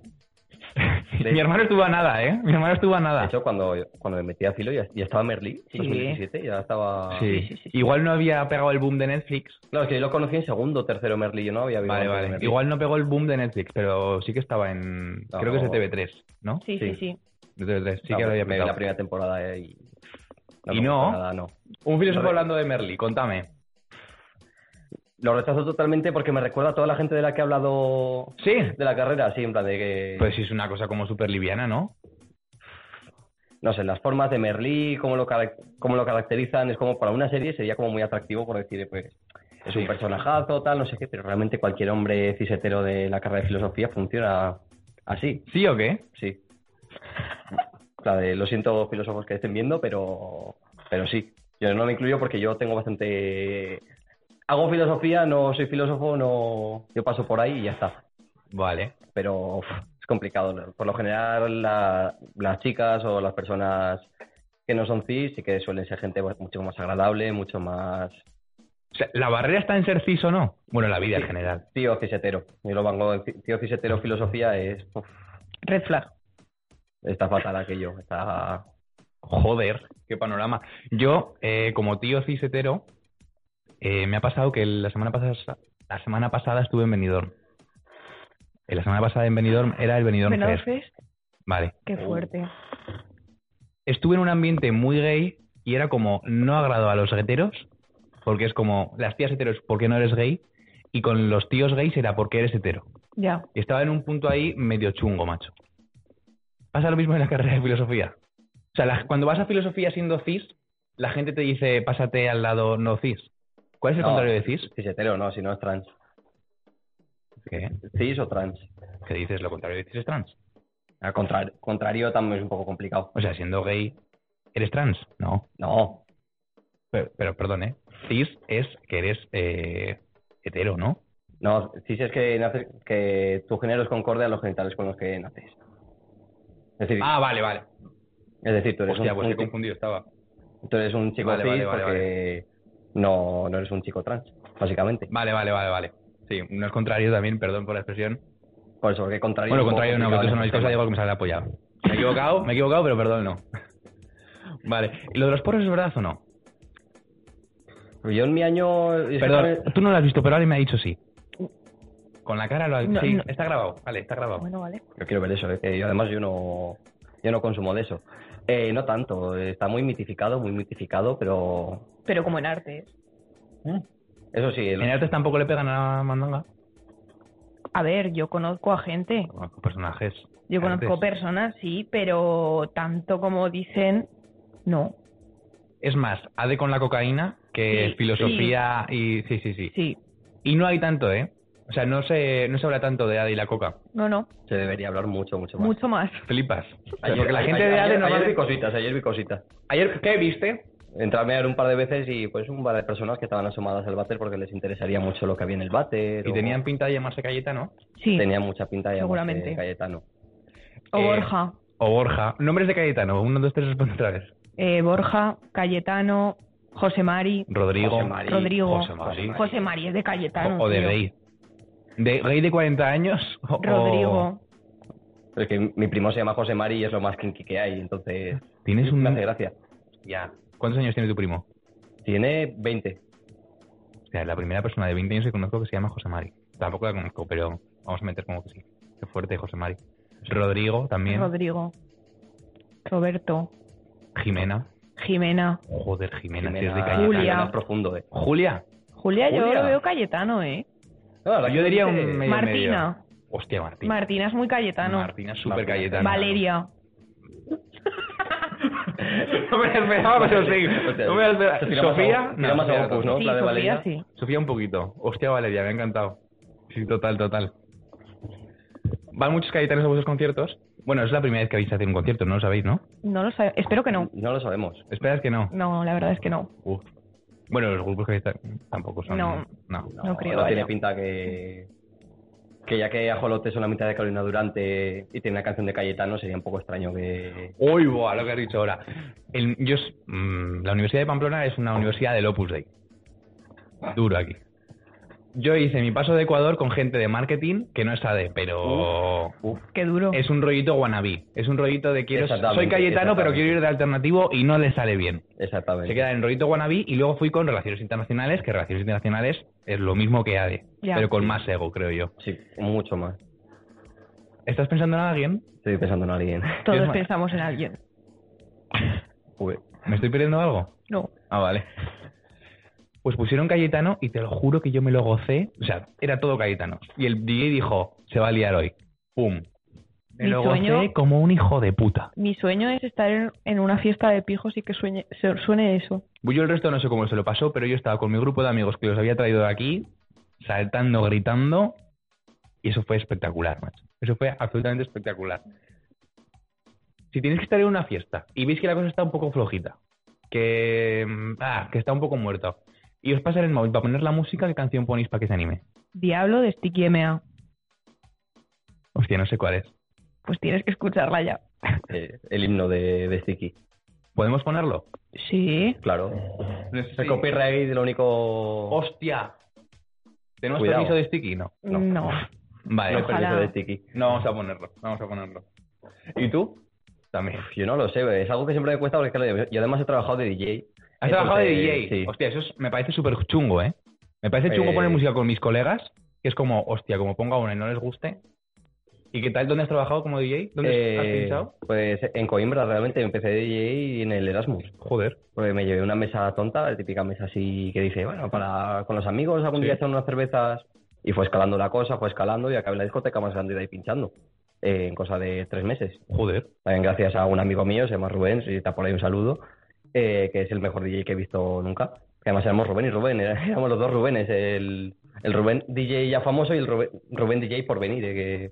D: De-
C: Mi hermano estuvo a nada, ¿eh? Mi hermano estuvo a nada.
D: De hecho, cuando, cuando me metí a filo ya, ya estaba Merlí,
E: Sí.
D: 2017, ya estaba...
C: sí.
E: sí, sí, sí.
C: Igual no había pegado el boom de Netflix.
D: Claro, es que yo lo conocí en segundo, tercero Merlí, yo no había visto
C: Vale, vale. Igual no pegó el boom de Netflix, pero sí que estaba en.
D: No.
C: Creo que es de TV3, ¿no?
E: Sí, sí,
D: Sí.
E: sí.
C: De TV3, sí que lo había
D: me vi la
C: pegado.
D: primera temporada eh, y...
C: Y
D: me
C: no.
D: gustó nada, no.
C: Un filósofo
D: Vale.
C: hablando de Merlí, contame.
D: Lo rechazo totalmente porque me recuerda a toda la gente de la que he hablado
C: Sí.
D: de la carrera, sí, en plan de que...
C: Pues sí, es una cosa como súper liviana, ¿no?
D: no sé, las formas de Merlí, cómo lo, carac- cómo lo caracterizan, es como para una serie sería como muy atractivo por decir, pues, es
C: Sí.
D: un personajazo, tal, no sé qué, pero realmente cualquier hombre cisetero de la carrera de filosofía funciona así,
C: ¿Sí o qué?
D: sí. Claro, de, lo siento filósofos que estén viendo, pero, pero sí. Yo no me incluyo porque yo tengo bastante... Hago filosofía, no soy filósofo, no... Yo paso por ahí y ya está
C: Vale.
D: pero uf, es complicado. Por lo general, la- las chicas o las personas que no son cis sí que suelen ser gente pues, mucho más agradable, mucho más
C: O sea, ¿la barrera está en ser cis o no? Bueno, la vida en
D: Sí.
C: general.
D: tío cisetero. Yo lo banco, el ci- tío cisetero filosofía es, uf,
E: Red flag.
D: está fatal aquello, está...
C: Joder, qué panorama. Yo, eh, como tío cisetero, eh, me ha pasado que la semana pasada la semana pasada estuve en Benidorm. Eh, la semana pasada en Benidorm era el Benidorm
E: Menor
C: Fest.
E: fest,
C: Vale.
E: qué fuerte.
C: Estuve en un ambiente muy gay y era como no agrado a los heteros, porque es como las tías heteros, ¿por qué no eres gay? Y con los tíos gays era porque eres hetero.
E: Ya.
C: Y estaba en un punto ahí medio chungo, macho. Pasa lo mismo en la carrera de filosofía. O sea, la- cuando vas a filosofía siendo cis, la gente te dice, pásate al lado no cis. ¿Cuál es el
D: No.
C: contrario de cis?
D: Cisetero, no, si no es trans.
C: ¿Qué?
D: Cis o trans.
C: ¿Qué dices? Lo contrario de cis es trans.
D: Al contrario, contrario también es un poco complicado.
C: O sea, siendo gay, ¿eres trans? No.
D: No,
C: Pero, pero, perdón, ¿eh? Cis es que eres eh, hetero, ¿no?
D: no, cis es que, naces- que tu género es concorde a los genitales con los que naces. Es decir,
C: Ah, vale, vale.
D: es decir tú eres
C: Hostia,
D: un-
C: pues
D: un
C: qué
D: ti-
C: confundido estaba.
D: Tú eres un chico
C: Vale,
D: cis
C: vale, vale,
D: porque No, no eres un chico trans, básicamente.
C: Vale, vale, vale, vale. Sí, no es contrario también, perdón por la expresión.
D: Por eso, porque contrario.
C: Bueno,
D: es un poco
C: contrario no, que
D: complicado
C: tú
D: en
C: no
D: este
C: cosa,
D: tema.
C: digo que me sale apoyado. Me he equivocado, me he equivocado, pero perdón, no. Vale, ¿y lo de los porros es verdad o no?
D: Yo en mi año. es que
C: Perdón,
D: también-
C: tú no lo has visto, pero alguien me ha dicho sí. Con la cara lo has
E: No,
C: Sí,
E: no.
C: está grabado, vale, está grabado.
E: Bueno, vale.
D: Yo quiero ver eso, eh, que yo- además yo no, yo no consumo de eso. Eh, no tanto, eh, está muy mitificado, muy mitificado, pero.
E: Pero como en artes.
D: Eso sí, el-
C: ¿Eh? En artes tampoco le pegan a la mandanga.
E: A ver, yo conozco a gente.
C: Bueno, Personajes.
E: Yo conozco
C: Artes.
E: personas, sí, pero tanto como dicen, no.
C: Es más, AD con la cocaína que
E: Sí,
C: filosofía y. Sí, sí, sí.
E: Sí.
C: Y no hay tanto, ¿eh? O sea, no se, no se habla tanto de AD y la coca.
E: No, no.
D: se debería hablar mucho, mucho más.
E: Mucho más.
C: Flipas. O sea, porque la gente de AD
D: ayer,
C: no
D: ayer
C: habla-
D: vi cositas, ayer vi cositas.
C: Ayer, ¿qué viste?
D: Entré a mear un par de veces y pues un par de personas que estaban asomadas al váter porque les interesaría mucho lo que había en el váter.
C: Y
D: o-
C: tenían pinta de llamarse Cayetano.
E: Sí.
D: tenía mucha pinta de llamarse
E: Seguramente.
D: Cayetano.
E: O
C: Eh,
E: Borja.
C: O Borja. Nombres de Cayetano. Uno, dos, tres, responde otra vez.
E: Eh, Borja, Cayetano, José Mari.
C: Rodrigo.
D: José Mari.
E: Rodrigo.
C: José Mari.
E: José Mari es de Cayetano.
C: O, o de
E: tío.
C: gay. De gay de 40 años. o- o-
E: Rodrigo.
D: Pero es que mi primo se llama José Mari y es lo más kinky que hay, entonces
C: Ah, Tienes
D: me hace
C: un...
D: gracia.
C: Ya. ¿Cuántos años tiene tu primo?
D: Tiene 20.
C: O sea, la primera persona de 20 años que conozco que se llama José Mari. Tampoco la conozco, pero vamos a meter como que sí. Qué fuerte José Mari. Rodrigo también.
E: Rodrigo. Roberto.
C: Jimena.
E: Jimena.
C: Joder, Jimena. si
D: Jimena-
C: es de Cayetano.
E: Julia.
D: más profundo, eh.
C: Julia.
E: Julia, yo
D: Julia.
E: lo veo Cayetano, ¿eh?
D: No, la verdad
C: Yo
D: que
C: diría
D: dice-
C: un medio medio.
E: Martina.
C: Hostia, Martina.
E: Martina es muy Cayetano.
C: Martina es súper
D: Martina.
C: Cayetana.
E: Valeria.
C: No me la esperaba, pero sí. No me la esperaba.
D: Se tira más a-
C: Sofía,
D: tira más a
C: Sofía
D: Ocus, ¿no?
E: Sí,
D: La de
E: Sofía,
D: Valeria.
E: sí.
C: Sofía un poquito. Hostia, Valeria, me ha encantado. Sí, total, total. ¿Van muchos cayetanos a vuestros conciertos? Bueno, es la primera vez que habéis hecho un concierto, no lo sabéis, ¿no?
E: No lo sé. Espero que no.
D: No lo sabemos.
C: Esperas que no.
E: No, la verdad es que no.
C: Uf. Bueno, los grupos que tampoco son.
E: No.
C: No.
E: No creo,
D: tiene
E: vaya.
D: pinta que... Que ya que Ajolote es una mitad de Carolina Durante y tiene una canción de Cayetano, sería un poco extraño que...
C: Uy, buah, lo que has dicho ahora. El- yo es- mm, la Universidad de Pamplona es una universidad del Opus Dei. Duro aquí. Yo hice mi paso de Ecuador con gente de marketing que no es AD, pero
D: Uf,
F: Qué duro.
C: es un rollito wannabe. Es un rollito de quiero soy
D: Exactamente,
C: cayetano, pero
D: exactamente.
C: quiero ir de alternativo y no le sale bien.
D: exactamente.
C: Se queda en rollito wannabe y luego fui con relaciones internacionales, que relaciones internacionales es lo mismo que AD,
F: Ya.
C: pero con más ego, creo yo.
D: Sí, mucho más.
C: ¿Estás pensando en alguien?
D: Estoy pensando en alguien.
F: Todos
C: es ma-
F: pensamos en alguien.
C: Joder, ¿Me estoy perdiendo algo?
F: No.
C: Ah, vale. Pues pusieron Cayetano y te lo juro que yo me lo gocé. O sea, era todo Cayetano. Y el DJ dijo, se va a liar hoy. ¡Pum! Me
F: Mi
C: lo gocé
F: sueño-
C: como un hijo de puta.
F: Mi sueño es estar en, en una fiesta de pijos y que sueñe, se- suene eso.
C: Pues Yo el resto no sé cómo se lo pasó, pero yo estaba con mi grupo de amigos que los había traído de aquí, saltando, gritando. Y eso fue espectacular, macho. Eso fue absolutamente espectacular. Si tienes que estar en una fiesta y veis que la cosa está un poco flojita, que, mm, ah, que está un poco muerta, y os pasan el móvil para poner la música, ¿qué canción ponéis para que se anime?
F: Diablo de Sticky MA.
C: Hostia, no sé cuál es.
F: Pues tienes que escucharla ya.
D: Eh, el himno de, de Sticky,
C: ¿Podemos ponerlo?
F: Sí.
D: claro.
C: No
D: El copyright, lo único...
C: ¡Hostia! ¿Tenemos
D: Cuidado.
C: permiso de Sticky? No.
F: No.
C: Vale,
D: no, el
F: ojalá.
D: permiso de Sticky.
C: No vamos a ponerlo, no vamos a ponerlo. ¿Y tú? También.
D: Yo no lo sé, es algo que siempre me cuesta porque claro, yo además he trabajado de DJ.
C: ¿Has trabajado de
D: Entonces,
C: DJ?
D: sí.
C: Hostia, eso es- me parece súper chungo, ¿eh? Me parece chungo
D: Eh.
C: poner música con mis colegas, que es como, hostia, como ponga una y no les guste. ¿Y qué tal? ¿Dónde has trabajado como DJ? ¿Dónde has
D: Eh,
C: pinchado?
D: Pues en Coimbra realmente empecé de DJ en el Erasmus.
C: Joder.
D: Porque me llevé una mesa tonta, la típica mesa así que dice, bueno, para con los amigos algún
C: Sí.
D: día echar unas cervezas. Y fue escalando la cosa, fue escalando y acabé en la discoteca más grande de ahí pinchando. eh, en cosa de tres meses.
C: Joder.
D: También gracias a un amigo mío, se llama Rubén, si está por ahí un saludo, eh, que es el mejor DJ que he visto nunca. Que además éramos Rubén y Rubén, era- éramos los dos Rubénes, el, el Rubén DJ ya famoso y el Rubén, Rubén DJ por venir. eh, que-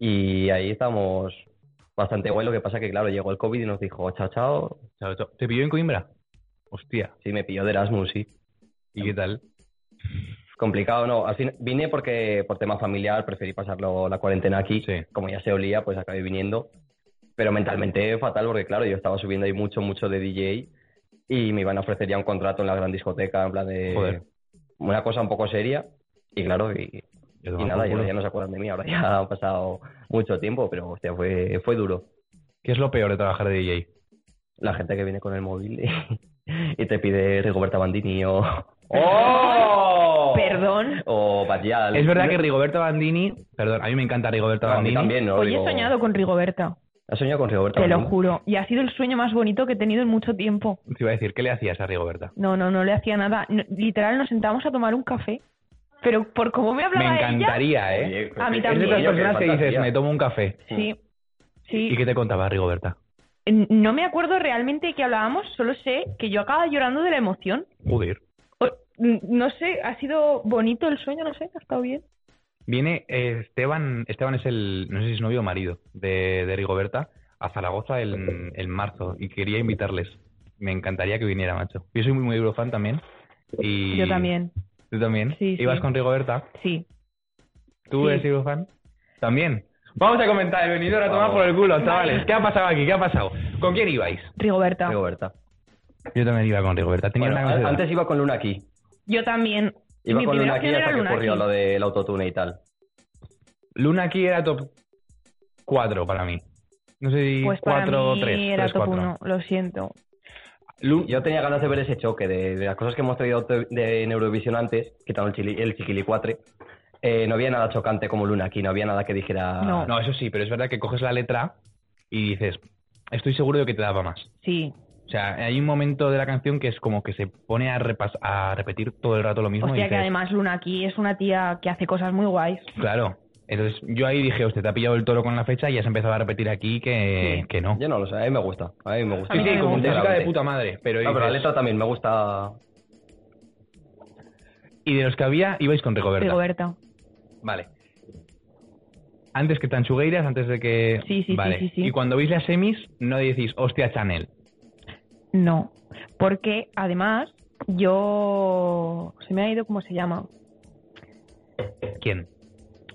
D: Y ahí estamos bastante guay, lo que pasa que claro, llegó el COVID y nos dijo, chao, chao,
C: Chao, chao. ¿Te pilló en Coimbra? Hostia.
D: sí, me pilló de Erasmus, sí.
C: ¿Y qué tal?
D: Complicado, no. Al fin vine porque por tema familiar preferí pasarlo la cuarentena aquí.
C: Sí.
D: Como ya se olía, pues acabé viniendo. Pero mentalmente fatal porque, claro, yo estaba subiendo ahí mucho, mucho de DJ y me iban a ofrecer ya un contrato en la gran discoteca, en plan de...
C: Joder.
D: Una cosa un poco seria. Y claro, y, y
C: Ya toma
D: nada,
C: por culo.
D: ya, ya no se acuerdan de mí. Ahora ya ha pasado mucho tiempo, pero, hostia, fue, fue duro.
C: ¿Qué es lo peor de trabajar de DJ?
D: La gente que viene con el móvil y, y te pide Rigoberta Bandini o...
C: ¡Oh!
F: Perdón.
D: O Batial.
C: Es verdad
D: No-
C: que Rigoberto Bandini, perdón, a mí me encanta Rigoberto
D: no, a mí
C: Bandini.
D: también, ¿no?
F: Hoy
D: Digo, ¿Ah,
F: he soñado con Rigoberta,
D: ¿Has soñado con Rigoberta
F: te lo
D: Bandini?
F: juro. Y ha sido el sueño más bonito que he tenido en mucho tiempo.
C: Te iba a decir, ¿qué le hacías a Rigoberta?
F: No, no, no le hacía nada. No, literal, nos sentamos a tomar un café. Pero por cómo me hablaba
C: Me
F: ella...
C: encantaría, ¿eh?
D: Oye,
F: A mí
D: es
C: Es de
F: también.
C: esas
F: Yo
C: personas que dices, me tomo un café.
F: Sí, sí.
C: ¿Y qué te contaba Rigoberta?
F: No me acuerdo realmente de qué hablábamos, solo sé que yo acababa llorando de la emoción.
C: Joder.
F: O- n- No sé, ha sido bonito el sueño, no sé, ha estado bien.
C: Viene eh, Esteban, Esteban es el, no sé si es novio o marido de, de Rigoberta, a Zaragoza en, en marzo y quería invitarles. Me encantaría que viniera, macho. Yo soy muy, muy eurofan también. Y
F: Yo también,
C: ¿Tú también?
F: Sí, sí.
C: ¿Ibas con Rigoberta?
F: sí.
C: ¿Tú
F: Sí.
C: eres eurofan? También. Vamos a comentar el venidor a tomar por el culo, chavales. ¿Qué ha pasado aquí? ¿Qué ha pasado? ¿Con quién ibais?
F: Rigoberta.
D: Rigoberta.
C: Yo también iba con Rigoberta. Tenía
D: Bueno,
C: una
D: a-
C: camiseta.
D: antes iba con Luna aquí.
F: Yo también.
D: Iba
F: Mi
D: con
F: primera
D: Luna aquí
F: opción
D: hasta
F: era
D: que
F: Luna
D: ocurrió
F: Key.
D: lo del autotune y tal.
C: Luna aquí era top 4 para mí. No sé si
F: Pues para
C: 4 o
F: mí
C: 3.
F: era top uno, lo siento.
D: Yo tenía ganas de ver ese choque de, de las cosas que hemos traído de, en Eurovisión antes, quitando el, chili, el chiquilicuatre. Eh, no había nada chocante como Luna aquí, no había nada que dijera...
F: No.
C: No, eso sí, pero es verdad que coges la letra y dices, estoy seguro de que te daba más.
F: Sí,
C: O sea, hay un momento de la canción que es como que se pone a, repas- a repetir todo el rato lo mismo. y
F: Hostia, que
C: dices,
F: además Luna aquí es una tía que hace cosas muy guays.
C: Claro. Entonces yo ahí dije, hostia, te ha pillado el toro con la fecha y ya se empezaba a repetir aquí que,
F: Sí.
C: que no.
D: Yo no lo sé, a mí me gusta. A mí me gusta.
C: Sí,
F: mí
C: sí,
F: me
C: como
F: gusta.
C: música de puta madre. Pero,
D: No, Ah, pero la
C: dices-
D: letra también me gusta...
C: Y de los que había, ibais con Rigoberta.
F: Rigoberta.
C: Vale. Antes que Tanchugueiras, antes de que...
F: Sí, sí, sí,
C: vale.
F: sí, sí.
C: Y cuando veis las semis, no decís, hostia, Chanel.
F: No, porque además yo se me ha ido cómo se llama.
C: ¿Quién?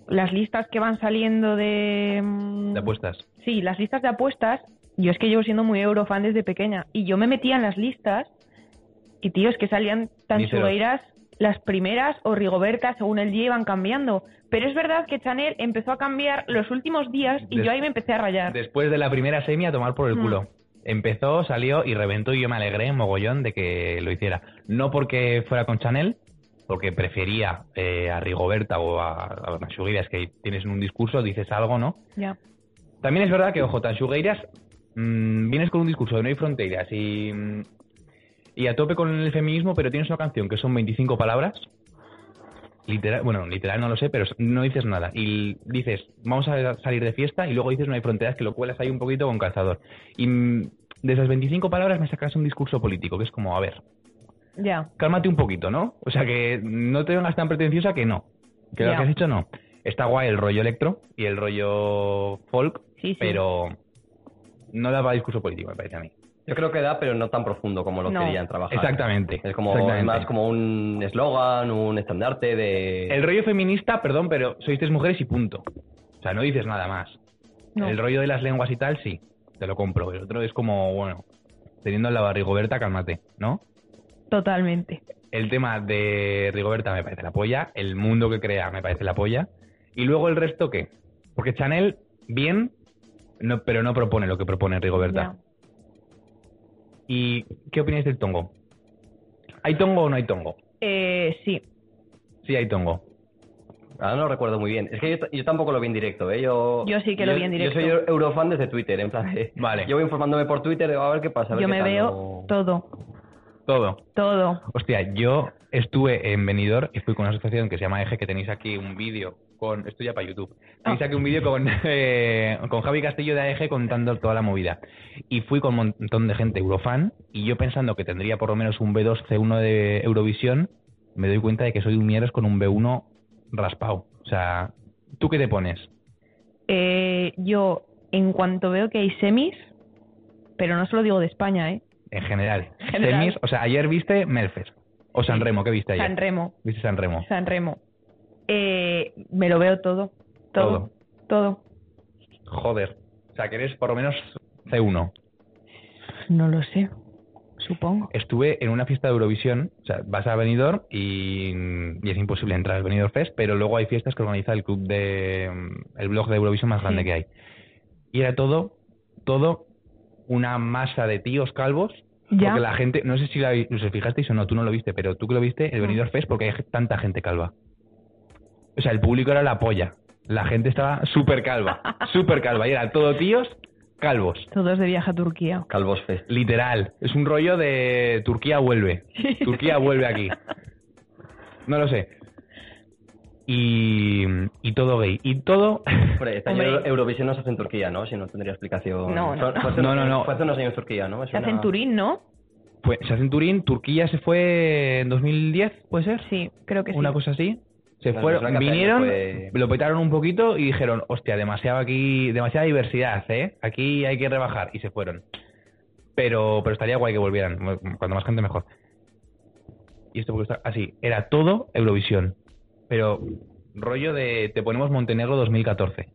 F: las listas que van saliendo de... mm,
C: de apuestas.
F: Sí, las listas de apuestas, yo es que llevo siendo muy eurofan desde pequeña. Y yo me metía en las listas y, tío, es que salían tan
C: Míseros.
F: chubeiras las primeras o Rigoberta, según el día iban cambiando. Pero es verdad que Chanel empezó a cambiar los últimos días y
C: Des-
F: yo ahí me empecé a rayar.
C: Después de la primera semi a tomar por el
F: Mm.
C: culo. Empezó, salió y reventó y yo me alegré mogollón de que lo hiciera. No porque fuera con Chanel, porque prefería eh, a Rigoberta o a, a Tanchugueiras, que tienes un discurso, dices algo, ¿no?
F: Ya.
C: También es verdad que, ojo, Tanchugueiras, mm, vienes con un discurso de no hay fronteras y, mm, y a tope con el feminismo, pero tienes una canción que son 25 palabras. Literal, bueno, literal no lo sé, pero no dices nada. Y l- dices, vamos a salir de fiesta y luego dices no hay fronteras, que lo cuelas ahí un poquito con calzador. Y mm, de esas 25 palabras me sacas un discurso político, que es como, a ver,
F: Ya,
C: cálmate un poquito, ¿no? O sea, que no te vengas tan pretenciosa que no. Que lo
F: Ya.
C: que has hecho no. Está guay el rollo electro y el rollo folk,
F: sí, sí.
C: pero no daba discurso político, me parece a mí.
D: Yo creo que da, pero no tan profundo como lo
F: No.
D: querían trabajar.
C: Exactamente.
D: Es como
C: exactamente.
D: más como un eslogan, un estandarte de...
C: El rollo feminista, perdón, pero sois tres mujeres y punto. O sea, no dices nada más.
F: No.
C: El rollo de las lenguas y tal, sí, te lo compro. El otro es como, bueno, teniendo la barrigoberta, cálmate, ¿no?
F: Totalmente.
C: El tema de Rigoberta me parece la polla, el mundo que crea me parece la polla, y luego el resto qué? Porque Chanel, bien, no, pero no propone lo que propone Rigoberta. ¿Y qué opináis del tongo? ¿Hay tongo o no hay tongo?
F: Ya. Eh, sí,
C: Sí, hay tongo.
D: Ahora Ah, no lo recuerdo muy bien. Es que yo, t- yo tampoco lo vi en directo, ¿eh? Yo,
F: Yo sí que lo vi en
D: Yo
F: directo.
D: soy eu- eurofan desde Twitter, en plan de-
C: Vale.
D: Yo voy informándome por Twitter, a ver qué pasa. a ver
F: yo
D: qué
F: me
D: tal,
F: veo
D: no-
F: todo,
C: Todo.
F: todo.
C: Hostia, yo estuve en Benidorm y fui con una asociación que se llama Eje, que tenéis aquí un vídeo con... Esto ya para YouTube. Tenéis
F: Ah.
C: aquí un vídeo con, eh, con Javi Castillo de Eje contando toda la movida. Y fui con un montón de gente eurofan y yo pensando que tendría por lo menos un B2, C1 de Eurovisión, me doy cuenta de que soy un mieres con un B1 raspado. O sea, ¿tú qué te pones?
F: Eh, yo, en cuanto veo que hay semis, pero no se lo digo de España, ¿eh?
C: En general.
F: General.
C: Semis, o sea, ayer viste Melfes. O San
F: Sí.
C: Remo, ¿qué viste ayer?
F: San Remo,
C: ¿Viste San Remo?
F: San Remo. Eh, me lo veo todo, todo, todo.
C: Joder. O sea, que eres por lo menos C1.
F: No lo sé, supongo.
C: Estuve en una fiesta de Eurovisión. O sea, vas a Benidorm y, y es imposible entrar al Benidorm Fest, pero luego hay fiestas que organiza el club de... el blog de Eurovisión más grande
F: Sí.
C: que hay. Y era todo, todo una masa de tíos calvos.
F: Ya,
C: Porque la gente, no sé si la, os fijasteis o no, tú no lo viste, pero tú que lo viste, el
F: No.
C: Benidorm Fest, porque hay tanta gente calva. O sea, el público era la polla. La gente estaba súper calva, súper calva. Y era todo tíos calvos.
F: todos de viaje a Turquía.
D: Calvos Fest.
C: Literal. Es un rollo de Turquía vuelve. Turquía vuelve aquí. No lo sé. Y, y todo gay. Y todo.
D: Hombre, este año
F: Hombre.
D: Euro- Eurovisión no se hace en Turquía, ¿no? Si no tendría explicación.
F: No, no.
D: Fue- fue hace
C: No,
D: unos-
C: no, no.
D: Fue hace unos años en Turquía, ¿no? Es
F: Se hace
D: una-
F: en Turín, ¿no?
C: Fue, pues, se hace en Turín. Turquía se fue en 2010, ¿puede ser?
F: Sí, creo que sí.
C: Una cosa así. Se
D: No, no,
C: fueron,
D: es una que hace
C: vinieron,
D: años fue-
C: lo petaron un poquito y dijeron, hostia, demasiado aquí, demasiada diversidad, ¿eh? Aquí hay que rebajar. Y se fueron. Pero, pero estaría guay que volvieran. Cuanto más gente, mejor. Y esto porque está así. Era todo Eurovisión. Pero rollo de te ponemos Montenegro 2014.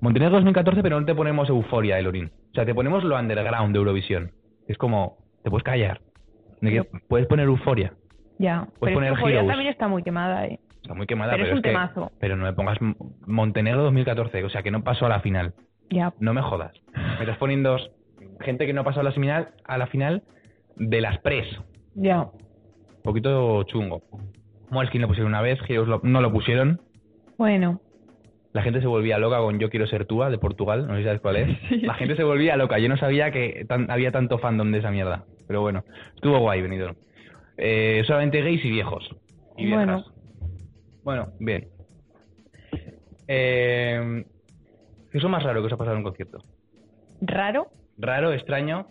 C: Montenegro 2014, pero no te ponemos Euforia, Elorín. O sea, te ponemos lo underground de Eurovisión. Es como, te puedes callar. De que Puedes poner Euforia.
F: Ya, pero
C: poner
F: es que Corea
C: Heroes.
F: también está muy quemada, ¿eh?
C: Está muy quemada,
F: Pero
C: pero,
F: es un
C: que-
F: temazo.
C: pero no me pongas M- Montenegro 2014, o sea que no pasó a la final.
F: Ya,
C: No me jodas. Me estás poniendo gente que no ha pasado a la final, a la final de las pres.
F: ya.
C: Un poquito chungo. Moleskin lo pusieron una vez, Heroes lo- no lo pusieron.
F: Bueno,
C: La gente se volvía loca con Yo quiero ser túa de Portugal, no sé si sabes cuál es. La gente se volvía loca, yo no sabía que tan- había tanto fandom de esa mierda. Pero bueno, estuvo guay, Benidorm. Eh, solamente gays y viejos. Y viejas.
F: Bueno.
C: Bueno, bien. Eh, ¿Qué es lo más raro que os ha pasado en un concierto?
F: raro
C: ¿Raro, extraño?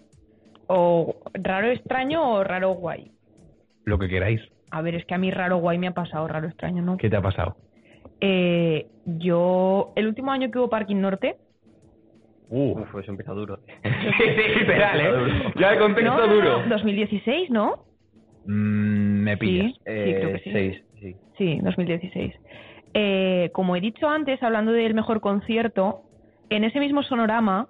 F: o raro extraño o raro guay.
C: Lo que queráis.
F: A ver, es que a mí raro guay me ha pasado, raro extraño, ¿no?
C: ¿Qué te ha pasado?
F: Eh, yo, el último año que hubo Parking Norte,
C: Uh.
D: Uf, eso empieza duro.
C: Literal, ¿eh? Ya el contexto
F: no, no, no,
C: duro.
F: 2016, ¿no?
C: Mm, me pillas. Eh,
F: Sí, sí, creo que sí.
D: Seis, Eh, sí.
F: Sí, 2016. eh, como he dicho antes, hablando del mejor concierto, en ese mismo sonorama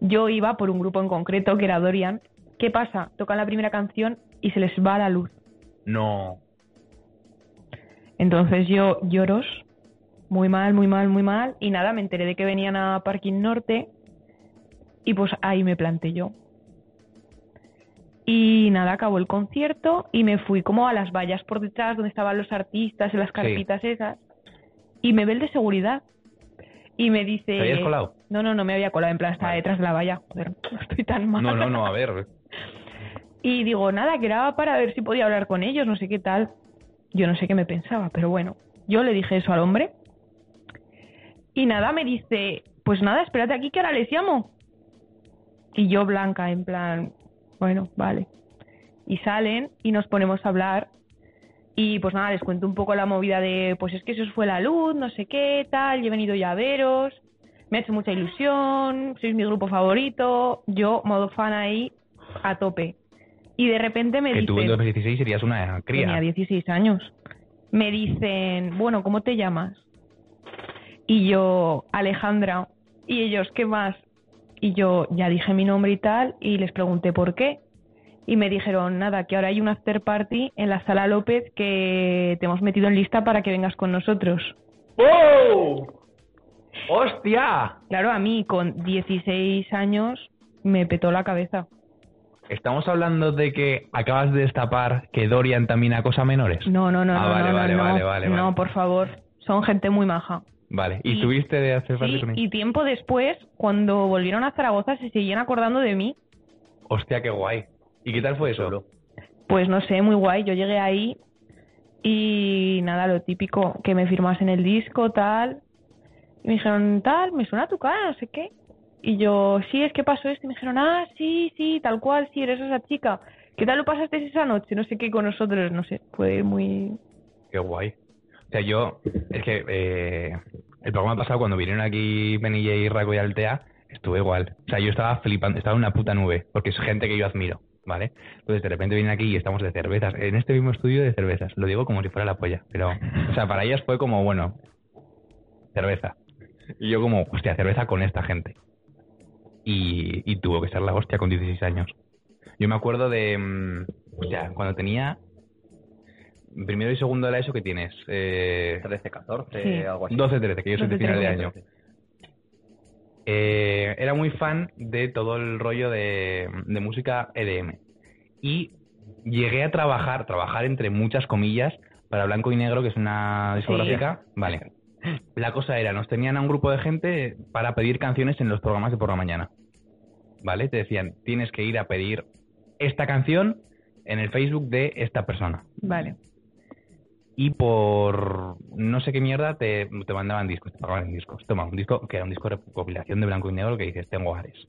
F: yo iba por un grupo en concreto que era Dorian. ¿Qué pasa? Tocan la primera canción y se les va la luz.
C: No.
F: Entonces yo lloros, muy mal, muy mal, muy mal. Y nada, me enteré de que venían a Parking Norte y pues ahí me planté yo. Y nada, acabó el concierto y me fui como a las vallas por detrás donde estaban los artistas, en las carpitas esas. Y me ve el de seguridad. Y me dice...
C: ¿Te habías colado?
F: No, no, no me había colado, en plan estaba
C: Vale.
F: detrás de la valla. Joder, estoy tan mal.
C: No, no, no, a ver.
F: Y digo, nada, que era para ver si podía hablar con ellos, no sé qué tal. Yo no sé qué me pensaba, pero bueno, yo le dije eso al hombre. Y nada, me dice, pues nada, espérate aquí que ahora les llamo. Y yo blanca, en plan, bueno, vale. Y salen y nos ponemos a hablar. Y pues nada, les cuento un poco la movida de, pues es que se os fue la luz, no sé qué, tal, yo he venido ya a veros, me ha hecho mucha ilusión, sois mi grupo favorito, yo modo fan ahí a tope. Y de repente me
C: Que
F: dicen...
C: tú en 2016 serías una
F: Tenía
C: cría.
F: 16 años. Me dicen, bueno, ¿cómo te llamas? Y yo, Alejandra. Y ellos, ¿qué más? Y yo ya dije mi nombre y tal, y les pregunté por qué. Y me dijeron, nada, que ahora hay un after party en la sala López que te hemos metido en lista para que vengas con nosotros.
C: ¡Hostia!
F: Claro, a mí con 16 años me petó la cabeza.
C: Estamos hablando de que acabas de destapar que Dorian también acosa a menores.
F: No, no, no,
C: Ah,
F: no,
C: vale,
F: no,
C: vale,
F: no,
C: vale, vale,
F: no,
C: vale.
F: por favor, son gente muy maja.
C: Vale. ¿Y,
F: Y-
C: tuviste de hacer parte
F: Sí,
C: con ellos?
F: y tiempo después, cuando volvieron a Zaragoza, se seguían acordando de mí.
C: Hostia, qué guay. ¿Y qué tal fue eso?
F: Pues no sé, muy guay. Yo llegué ahí y nada, lo típico, que me firmasen el disco, tal. Y me dijeron, tal, me suena tu cara, no sé qué. Y yo, sí, es que pasó esto. Y me dijeron, ah, sí, sí, tal cual, sí, eres esa chica. ¿Qué tal lo pasaste esa noche? No sé qué con nosotros, no sé, fue muy...
C: Qué guay. O sea, yo, es que eh, el programa pasado, cuando vinieron aquí Benille y Raco y Altea, estuve igual. O sea, yo estaba flipando, estaba en una puta nube, porque es gente que yo admiro, ¿vale? Entonces, de repente vienen aquí y estamos de cervezas, en este mismo estudio de cervezas. Lo digo como si fuera la polla, pero, o sea, para ellas fue como, bueno, cerveza. Y yo, como, hostia, cerveza con esta gente. Y, y tuvo que ser la hostia con 16 años. Yo me acuerdo de, mm, o sea, cuando tenía primero y segundo de la ESO que tienes, eh,
D: 13, 14,
F: Sí.
D: algo así.
C: 12, 13, que yo soy Pues, de
F: 12,
C: final de año.
D: 13.
C: Eh, era muy fan de todo el rollo de, de música EDM. Y llegué a trabajar, trabajar entre muchas comillas, para Blanco y Negro, que es una discográfica. Vale. La cosa era, nos tenían a un grupo de gente para pedir canciones en los programas de por la mañana. ¿Vale? Te decían, tienes que ir a pedir esta canción en el Facebook de esta persona
F: Vale.
C: y por no sé qué mierda te, te mandaban discos, te pagaban en discos. Toma, un disco que era un disco de recopilación de blanco y negro que dices, tengo Ares.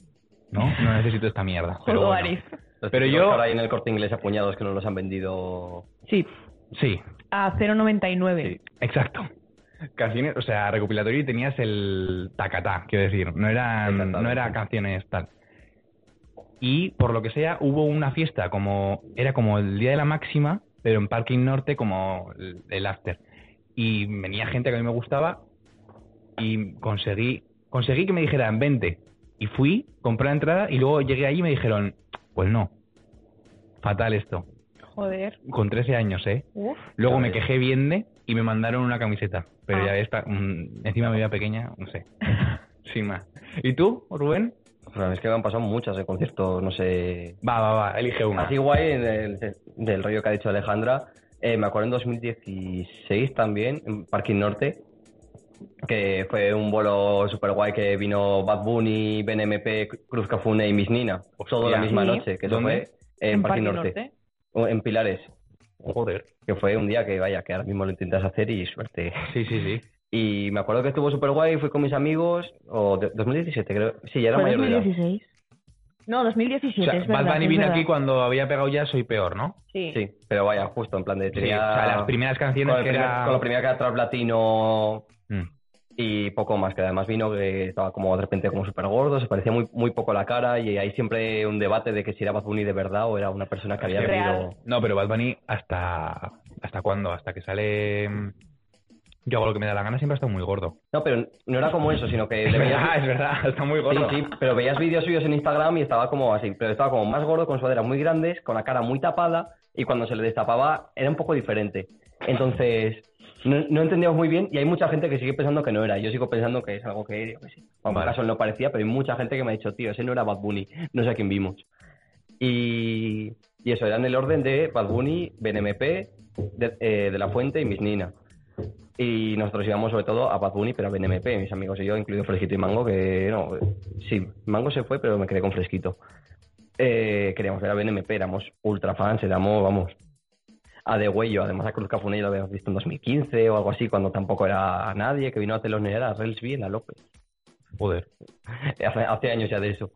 C: ¿No? No necesito esta mierda. Pero
F: Jodo,
C: bueno.
F: Ares.
D: Los
C: Pero
D: típicos
C: yo-
D: que Ahora hay en el corte inglés apuñados que no los han vendido.
F: Sí,
C: Sí,
F: a 0,99.
C: exacto. Canciones, o sea, recopilatorio y tenías el tacatá, quiero decir. No eran,
D: Exactamente.
C: no eran canciones tal. Y por lo que sea, hubo una fiesta, como era como el día de la máxima, pero en Parking Norte como el, el after. Y venía gente que a mí me gustaba y conseguí, conseguí que me dijeran, vente. Y fui, compré la entrada y luego llegué ahí y me dijeron, pues no, fatal esto.
F: Joder,
C: Con 13 años, ¿eh?
F: uff.
C: Luego me
D: Joder.
C: quejé viernes y me mandaron una camiseta. Pero
F: Ah.
C: ya esta, mm, encima me veía pequeña, no sé. Sin más. ¿Y tú, Rubén?
D: Pero es que me han pasado muchas de conciertos, no sé.
C: Va, va, va, elige una.
D: Así guay en el- de- del rollo que ha dicho Alejandra. eh, me acuerdo en 2016 también, en Parking Norte, que fue un vuelo super guay que vino Bad Bunny, BNMP, Cruz Cafune y Miss Nina. Todo la misma
F: Sí.
D: noche, que eso
C: ¿Dónde?
D: fue en, Parking Norte. O En Pilares,
C: Joder.
D: que fue un día que vaya, que ahora mismo lo intentas hacer y suerte.
C: Sí, sí, sí.
D: Y me acuerdo que estuvo super guay, fui con mis amigos, o de- 2017 creo. Sí, ya era
F: ¿Fue
D: mayor de edad.
F: 2016? No,
C: O
F: 2017,
C: sea,
F: es
C: Bad
F: verdad,
C: Bunny
F: es
C: vino
F: verdad.
C: aquí cuando había pegado ya Soy Peor, ¿no?
F: Sí.
D: Sí, pero vaya, justo en plan de
C: Sí.
D: tenía-
C: O sea, las primeras
D: con,
C: canciones
D: el
C: que
D: primer-
C: era...
D: con la primera que era trap latino
C: Mm.
D: y poco más, que además vino que estaba como de repente como súper gordo, se parecía muy, muy poco a la cara y hay siempre un debate de que si era Bad Bunny de verdad o era una persona que había
F: Real.
D: vivido...
C: No, pero Bad Bunny, ¿hasta, hasta cuándo? ¿Hasta que sale mm, Yo hago lo que me da la gana, siempre he estado muy gordo.
D: No, pero no era como eso, sino que
C: Es
D: le veías-
C: verdad, es verdad, está muy gordo.
D: Sí, sí, pero veías vídeos suyos en Instagram y estaba como así, pero estaba como más gordo, con sudaderas muy grandes, con la cara muy tapada y cuando se le destapaba era un poco diferente. Entonces, no, no entendíamos muy bien y hay mucha gente que sigue pensando que no era. Yo sigo pensando que es algo que, yo qué sé, en mi
C: Vale.
D: caso no parecía, pero hay mucha gente que me ha dicho, tío, ese no era Bad Bunny, no sé a quién vimos. Y, y eso, era en el orden de Bad Bunny, BNMP, de, eh, De La Fuente y Miss Nina. Y nosotros íbamos sobre todo a Bad Bunny, pero a BNMP, mis amigos y yo, incluido Fresquito y Mango, que no, sí, Mango se fue, pero me quedé con Fresquito. Eh, queríamos ver a BNMP, éramos ultra fans, éramos, vamos, a De Huello, además a Cruz Cafunei lo habíamos visto en 2015 o algo así, cuando tampoco era nadie, que vino a telonear a Rels bien, a López,
C: Joder.
D: hace, hace años ya de eso.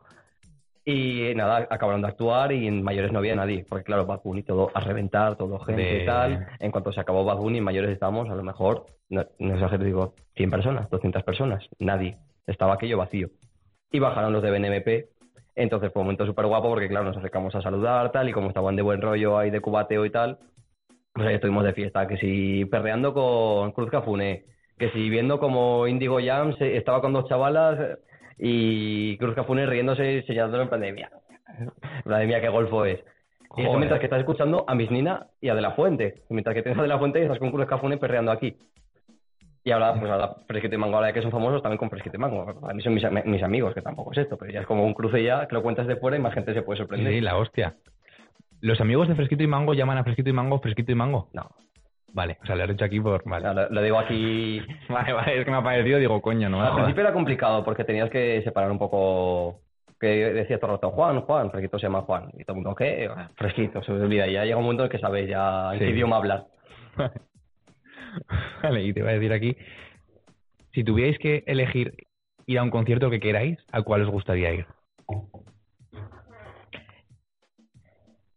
D: Y eh, nada, acabaron de actuar y en mayores no había nadie, porque claro, Bad Bunny todo a reventar, todo gente
C: De-
D: y tal. En cuanto se acabó Bad Bunny, en mayores estábamos a lo mejor, no, no exagero, digo, 100 personas, 200 personas, nadie. Estaba aquello vacío. Y bajaron los de BNMP. Entonces fue un momento súper guapo porque, claro, nos acercamos a saludar, tal, y como estaban de buen rollo ahí de cubateo y tal, pues ahí estuvimos de fiesta, que si perreando con Cruz Cafuné, que si viendo como Indigo Jam se- estaba con dos chavalas eh, y Cruz Cafuné riéndose y señalándolo en plan de mía, en plan de mía, qué golfo es. Y eso
C: Joder.
D: mientras que estás escuchando a Miss Nina y a De La Fuente. Mientras que tienes a De La Fuente y estás con Cruz Cafuné perreando aquí. Y ahora, pues ahora Fresquito y Mango, ahora que son famosos, también con Fresquito y Mango. A mí son mis, am- mis amigos, que tampoco es esto, pero ya es como un cruce ya que lo cuentas de fuera y más gente se puede
C: Sí,
D: sorprender.
C: sí, la hostia. Los amigos de Fresquito y Mango llaman a Fresquito y Mango Fresquito y Mango.
D: No,
C: Vale, o sea, lo he hecho aquí por. Vale,
D: no, lo, lo digo aquí.
C: vale, vale, es que me ha parecido, digo, coño, no me
D: Al
C: jodas.
D: principio era complicado porque tenías que separar un poco. Que decías todo el rato, Juan, Juan, Fresquito se llama Juan. Y todo el mundo, ¿qué? Fresquito, se os olvida. Y ya llega un momento en el que sabes ya en
C: Sí.
D: qué idioma hablar.
C: Vale, y te iba a decir aquí, si tuvierais que elegir ir a un concierto que queráis, ¿a cuál os gustaría ir?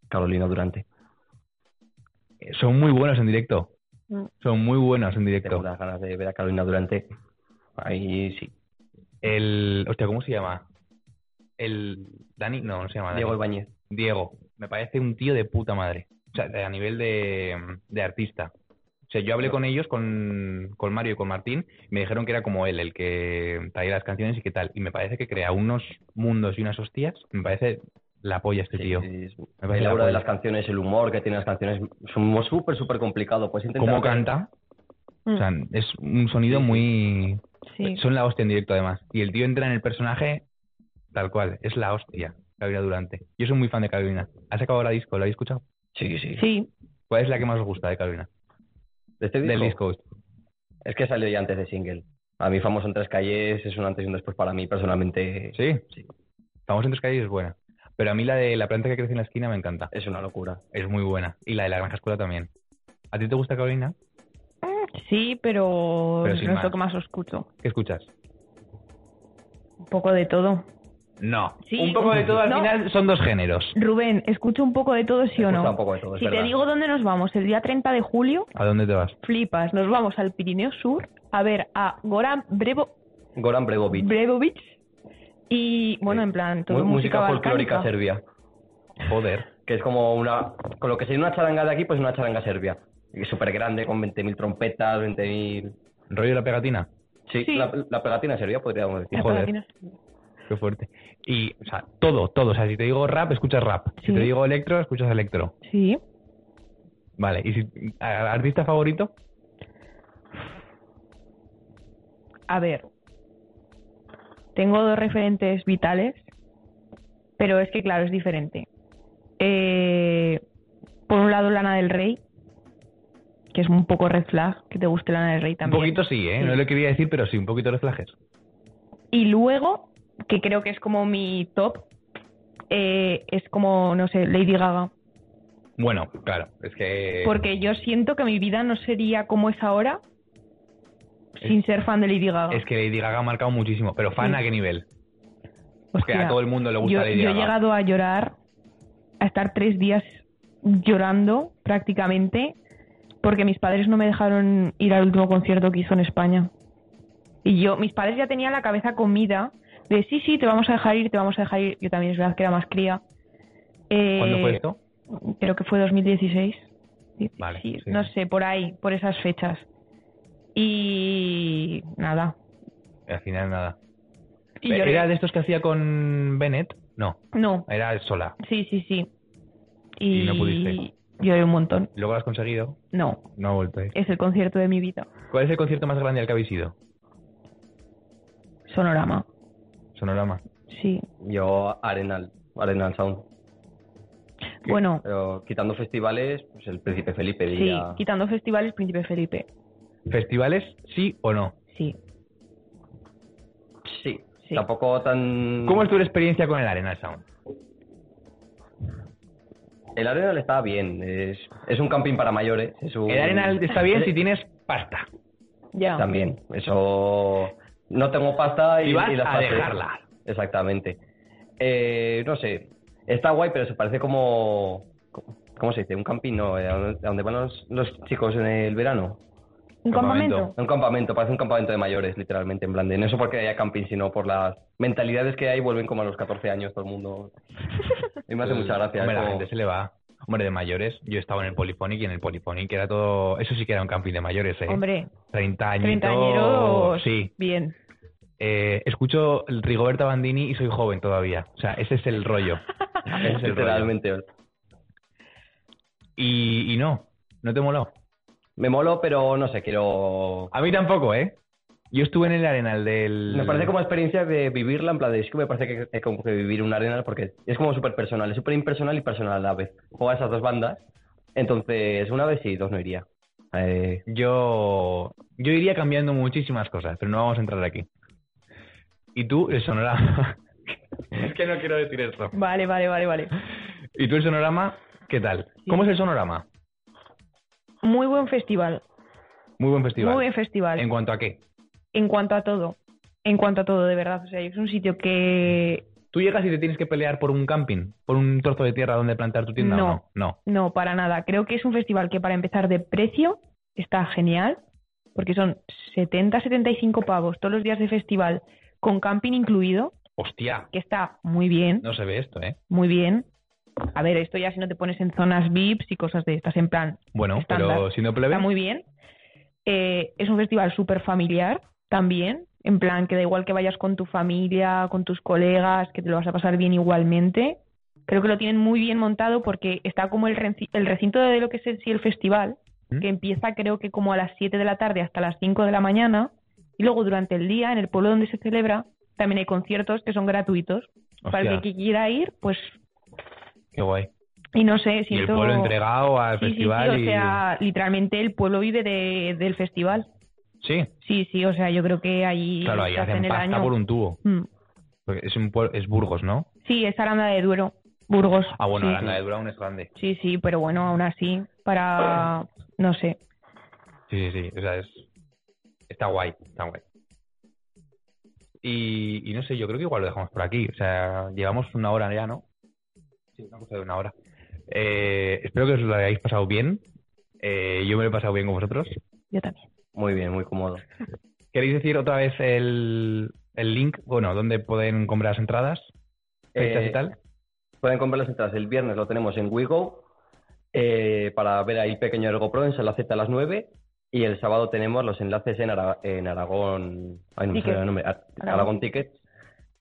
D: Carolina Durante.
C: Eh, Son muy buenos en directo.
F: Mm.
C: Son muy buenos en
D: Tengo
C: directo.
D: unas ganas de ver a Carolina Durante. Ahí sí.
C: El, hostia, ¿cómo se llama? El Dani, no, no se llama Dani.
D: Diego Ibañez.
C: Diego, me parece un tío de puta madre. O sea, de- a nivel de, de artista. O sea, yo hablé con ellos, con, con Mario y con Martín, y me dijeron que era como él, el que traía las canciones y qué tal. Y me parece que crea unos mundos y unas hostias. Me parece la polla este tío.
D: Sí, sí, sí.
C: Me parece
D: el
C: la
D: aura de
C: polla.
D: las canciones, el humor que tienen las canciones, es un- súper, súper complicado. Pues intentar
C: ¿Cómo canta? O sea, es un sonido
D: Sí, sí.
C: muy...
F: Mm, Sí.
C: Son la hostia en directo, además. Y el tío entra en el personaje tal cual. Es la hostia, Carolina Durante. Yo soy muy fan de Carolina. ¿Has acabado ahora disco? ¿Lo habéis escuchado?
D: Sí, sí.
F: Sí,
C: ¿Cuál es la que más os gusta de Carolina?
D: ¿De este
C: Del
D: disco?
C: disco.
D: Es que salió ya antes de single. A mí Famoso en Tres Calles es un antes y un después para mí personalmente.
C: ¿Sí?
D: Sí.
C: Famoso en tres calles es buena. Pero a mí la de La planta que crece en la esquina me encanta.
D: Es una locura.
C: Es muy buena. Y la de La granja escuela también. ¿A ti te gusta Carolina?
F: Mm, sí, pero,
C: Pero sin
F: no
C: más.
F: es lo que más os escucho.
C: ¿Qué escuchas?
F: Un poco de todo.
C: No.
F: Sí.
C: Un poco de todo al
F: No.
C: final son dos géneros.
F: Rubén, escucho un poco de todo, sí o
D: Escucha un
F: no.
D: poco de todo, es
F: Si te
D: verdad.
F: digo dónde nos vamos, el día 30 de julio,
C: ¿A dónde te vas?
F: flipas, nos vamos al Pirineo Sur a ver a Goran Brevo,
D: Goran Bregovic.
F: Brevovic y, bueno,
D: Sí.
F: en plan, todo
D: Mu-
F: música,
D: música folclórica
F: balcánica.
D: serbia.
C: Joder.
D: Que es como una. Con lo que sería una charanga de aquí, pues una charanga serbia. Y súper grande, con 20.000 trompetas, 20.000.
C: ¿Rollo de la pegatina?
D: Sí,
F: Sí.
D: La, la pegatina serbia podríamos decir.
F: La
C: Joder.
F: pegatina.
C: Qué fuerte. Y, o sea, todo, todo. O sea, si te digo rap, escuchas rap. Si
F: Sí.
C: te digo electro, escuchas electro.
F: Sí.
C: Vale. ¿Y si, a- artista favorito?
F: A ver, tengo dos referentes vitales, pero es que claro, es diferente. Eh, por un lado, Lana del Rey, que es un poco red flag, que te guste Lana del Rey también.
C: Un poquito sí, ¿eh?
F: Sí.
C: No es lo que quería decir, pero sí, un poquito de flajes.
F: Y luego, que creo que es como mi top, eh, es como, no sé, Lady Gaga.
C: Bueno, claro. Es que...
F: Porque yo siento que mi vida no sería como es ahora sin ser fan de Lady Gaga.
C: Es que Lady Gaga ha marcado muchísimo. Pero fan
F: Sí.
C: a qué nivel? Porque
F: Hostia.
C: a todo el mundo le gusta
F: yo,
C: Lady
F: yo
C: Gaga.
F: he llegado a llorar, a estar tres días llorando prácticamente, porque mis padres no me dejaron ir al último concierto que hizo en España. Y yo, mis padres ya tenían la cabeza comida de sí, sí, te vamos a dejar ir, te vamos a dejar ir. Yo también es verdad que era más cría. Eh,
C: ¿Cuándo fue esto?
F: Creo que fue 2016.
C: Vale,
F: Sí,
C: sí.
F: No sé, por ahí, por esas fechas. Y nada.
C: Al final nada.
F: Y yo
C: ¿Era de estos que hacía con Bennett? No,
F: No,
C: era sola.
F: sí, sí, sí. Y,
C: Y no pudiste.
F: lloré un montón.
C: ¿Luego lo has conseguido?
F: No,
C: No ha vuelto a ir.
F: es el concierto de mi vida.
C: ¿Cuál es el concierto más grande al que habéis ido?
F: Sonorama,
C: Sonorama.
F: sí.
D: Yo, Arenal, Arenal Sound.
F: Bueno,
D: Pero quitando festivales, pues el Príncipe Felipe
F: sí,
D: diría.
F: quitando festivales, Príncipe Felipe.
C: ¿Festivales sí o no?
F: Sí,
D: Sí,
F: Sí.
D: Tampoco tan.
C: ¿Cómo es tu experiencia con el Arena Sound?
D: El Arenal está bien. Es, es un camping para mayores. es un-
C: El Arena está bien si tienes pasta.
F: ya.
D: También. Eso. No tengo pasta y,
C: Y vas
D: y las
C: a
D: pasé.
C: dejarla.
D: Exactamente. Eh, no sé. Está guay, pero se parece como. ¿Cómo se dice? Un camping, ¿no? Eh, ¿A dónde van los, los chicos en el verano?
F: ¿Un
C: Campamento.
F: campamento?
D: Un campamento, parece un campamento de mayores, literalmente, en plan de. No eso porque haya camping, sino por las mentalidades que hay, vuelven como a los 14 años todo el mundo. Y me hace mucha gracia.
C: Hombre,
D: es
C: la
D: como-
C: gente se le va. Hombre, de mayores, yo estaba en el Polyphonic y en el Polyphonic era todo... Eso sí que era un camping de mayores, ¿eh?
F: Hombre,
C: 30 añitos.
F: treintañeros.
C: Sí.
F: Bien.
C: Eh, escucho el Rigoberta Bandini y soy joven todavía. O sea, ese es el rollo. Ese es el rollo.
D: literalmente.
C: Y, y no, no te moló.
D: Me molo, pero no sé, quiero.
C: A mí tampoco, ¿eh? Yo estuve en el Arenal del...
D: Me parece como experiencia de vivirla, en plan de, es que me parece que es como que vivir un arenal porque es como súper personal, es súper impersonal y personal a la vez. Juega esas dos bandas, entonces una vez sí, dos no iría. Eh,
C: Yo, yo iría cambiando muchísimas cosas, pero no vamos a entrar aquí. Y tú, el sonorama. es que no quiero decir esto.
F: Vale, vale, vale, vale.
C: Y tú, el sonorama, ¿qué tal? ¿Cómo es el sonorama?
F: Muy buen festival.
C: Muy buen festival.
F: Muy buen festival.
C: ¿En cuanto a qué?
F: en cuanto a todo. En cuanto a todo, de verdad. O sea, es un sitio que
C: ¿Tú llegas y te tienes que pelear por un camping? ¿Por un trozo de tierra donde plantar tu tienda o
F: No.
C: no? No.
F: no, para nada. Creo que es un festival que para empezar de precio está genial, porque son 70-75 pavos todos los días de festival, con camping incluido,
C: Hostia,
F: que está muy bien,
C: no se ve esto, ¿eh?
F: muy bien. A ver, esto ya si no te pones en zonas VIPs y cosas de estas, en plan,
C: Bueno,
F: Estándar.
C: pero si no plebe,
F: está muy bien. Eh, es un festival súper familiar también, en plan que da igual que vayas con tu familia, con tus colegas, que te lo vas a pasar bien igualmente. Creo que lo tienen muy bien montado porque está como el, renci- el recinto de lo que es en sí el festival,
C: ¿Mm?
F: que empieza creo que como a las 7 de la tarde hasta las 5 de la mañana y luego durante el día en el pueblo donde se celebra también hay conciertos que son gratuitos. Para
C: Hostia,
F: el que quiera ir, pues,
C: qué guay.
F: y no sé,
C: Y el
F: siento...
C: pueblo entregado al
F: Sí, sí, sí,
C: festival
F: o
C: y...
F: sea, literalmente el pueblo vive de- del festival.
C: Sí,
F: Sí, sí, o sea, yo creo que ahí
C: claro, ahí
F: se
C: hacen
F: hacen el
C: pasta
F: año.
C: por un tubo.
F: Mm.
C: Porque es, un pueblo, es Burgos, ¿no?
F: Sí, es Aranda de Duero, Burgos.
C: Ah, bueno,
F: sí.
C: Aranda de Brown es grande.
F: Sí, sí, pero bueno, aún así, para, no sé,
C: Sí, sí, sí. O sea, es... está guay, está guay. Y, y no sé, yo creo que igual lo dejamos por aquí. O sea, llevamos una hora ya, ¿no? Sí, una cosa de una hora. Eh, espero que os lo hayáis pasado bien. Eh, yo me lo he pasado bien con vosotros.
F: yo también.
D: muy bien, muy cómodo.
C: ¿Queréis decir otra vez el, el link? Bueno, ¿dónde pueden comprar las entradas? ¿Fechas
D: Eh,
C: y tal?
D: Pueden comprar las entradas el viernes, lo tenemos en WeGo, eh, para ver ahí Pequeño Ergopro en Sala Z a las 9 y el sábado tenemos los enlaces en, Ara- en Aragón, ay, no me sale
F: Tickets.
D: el nombre, Ar-
F: Aragón.
D: Aragón Tickets,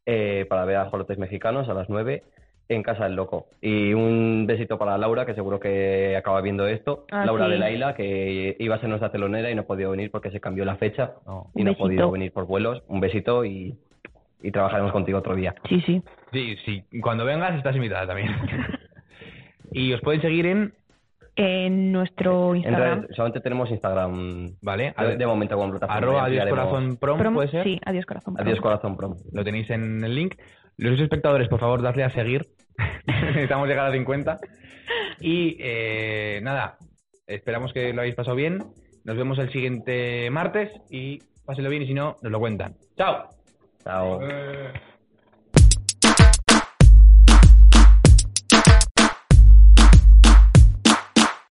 D: eh, para ver a Jolotes Mexicanos a las 9 en Casa del Loco. Y un besito para Laura, que seguro que acaba viendo esto,
F: Ah,
D: Laura
F: sí.
D: de Laila, que iba a ser nuestra telonera y no ha podido venir porque se cambió la fecha
C: No.
D: y
F: Un
D: no
F: besito.
D: ha podido venir por vuelos. Un besito y, y trabajaremos contigo otro día.
F: Sí, sí.
C: Sí, sí. Cuando vengas estás invitada también. y os pueden seguir en...
F: En
C: Eh,
F: nuestro
D: En
F: Instagram.
D: redes- solamente tenemos Instagram
C: ¿Vale?
D: De, de momento con plataforma.
C: Arroba
D: ya
C: adiós
D: ampliaremos.
C: corazón prom,
F: Promo-
C: ¿puede ser?
F: Sí, adiós corazón.
D: Adiós
F: promo.
D: corazón prom.
C: lo tenéis en el link. Los espectadores, por favor, dadle a seguir. Necesitamos llegar a 50. Y eh, nada, esperamos que lo hayáis pasado bien. Nos vemos el siguiente martes y pásenlo bien y si no, nos lo cuentan. ¡Chao!
D: Chao.
C: Eh.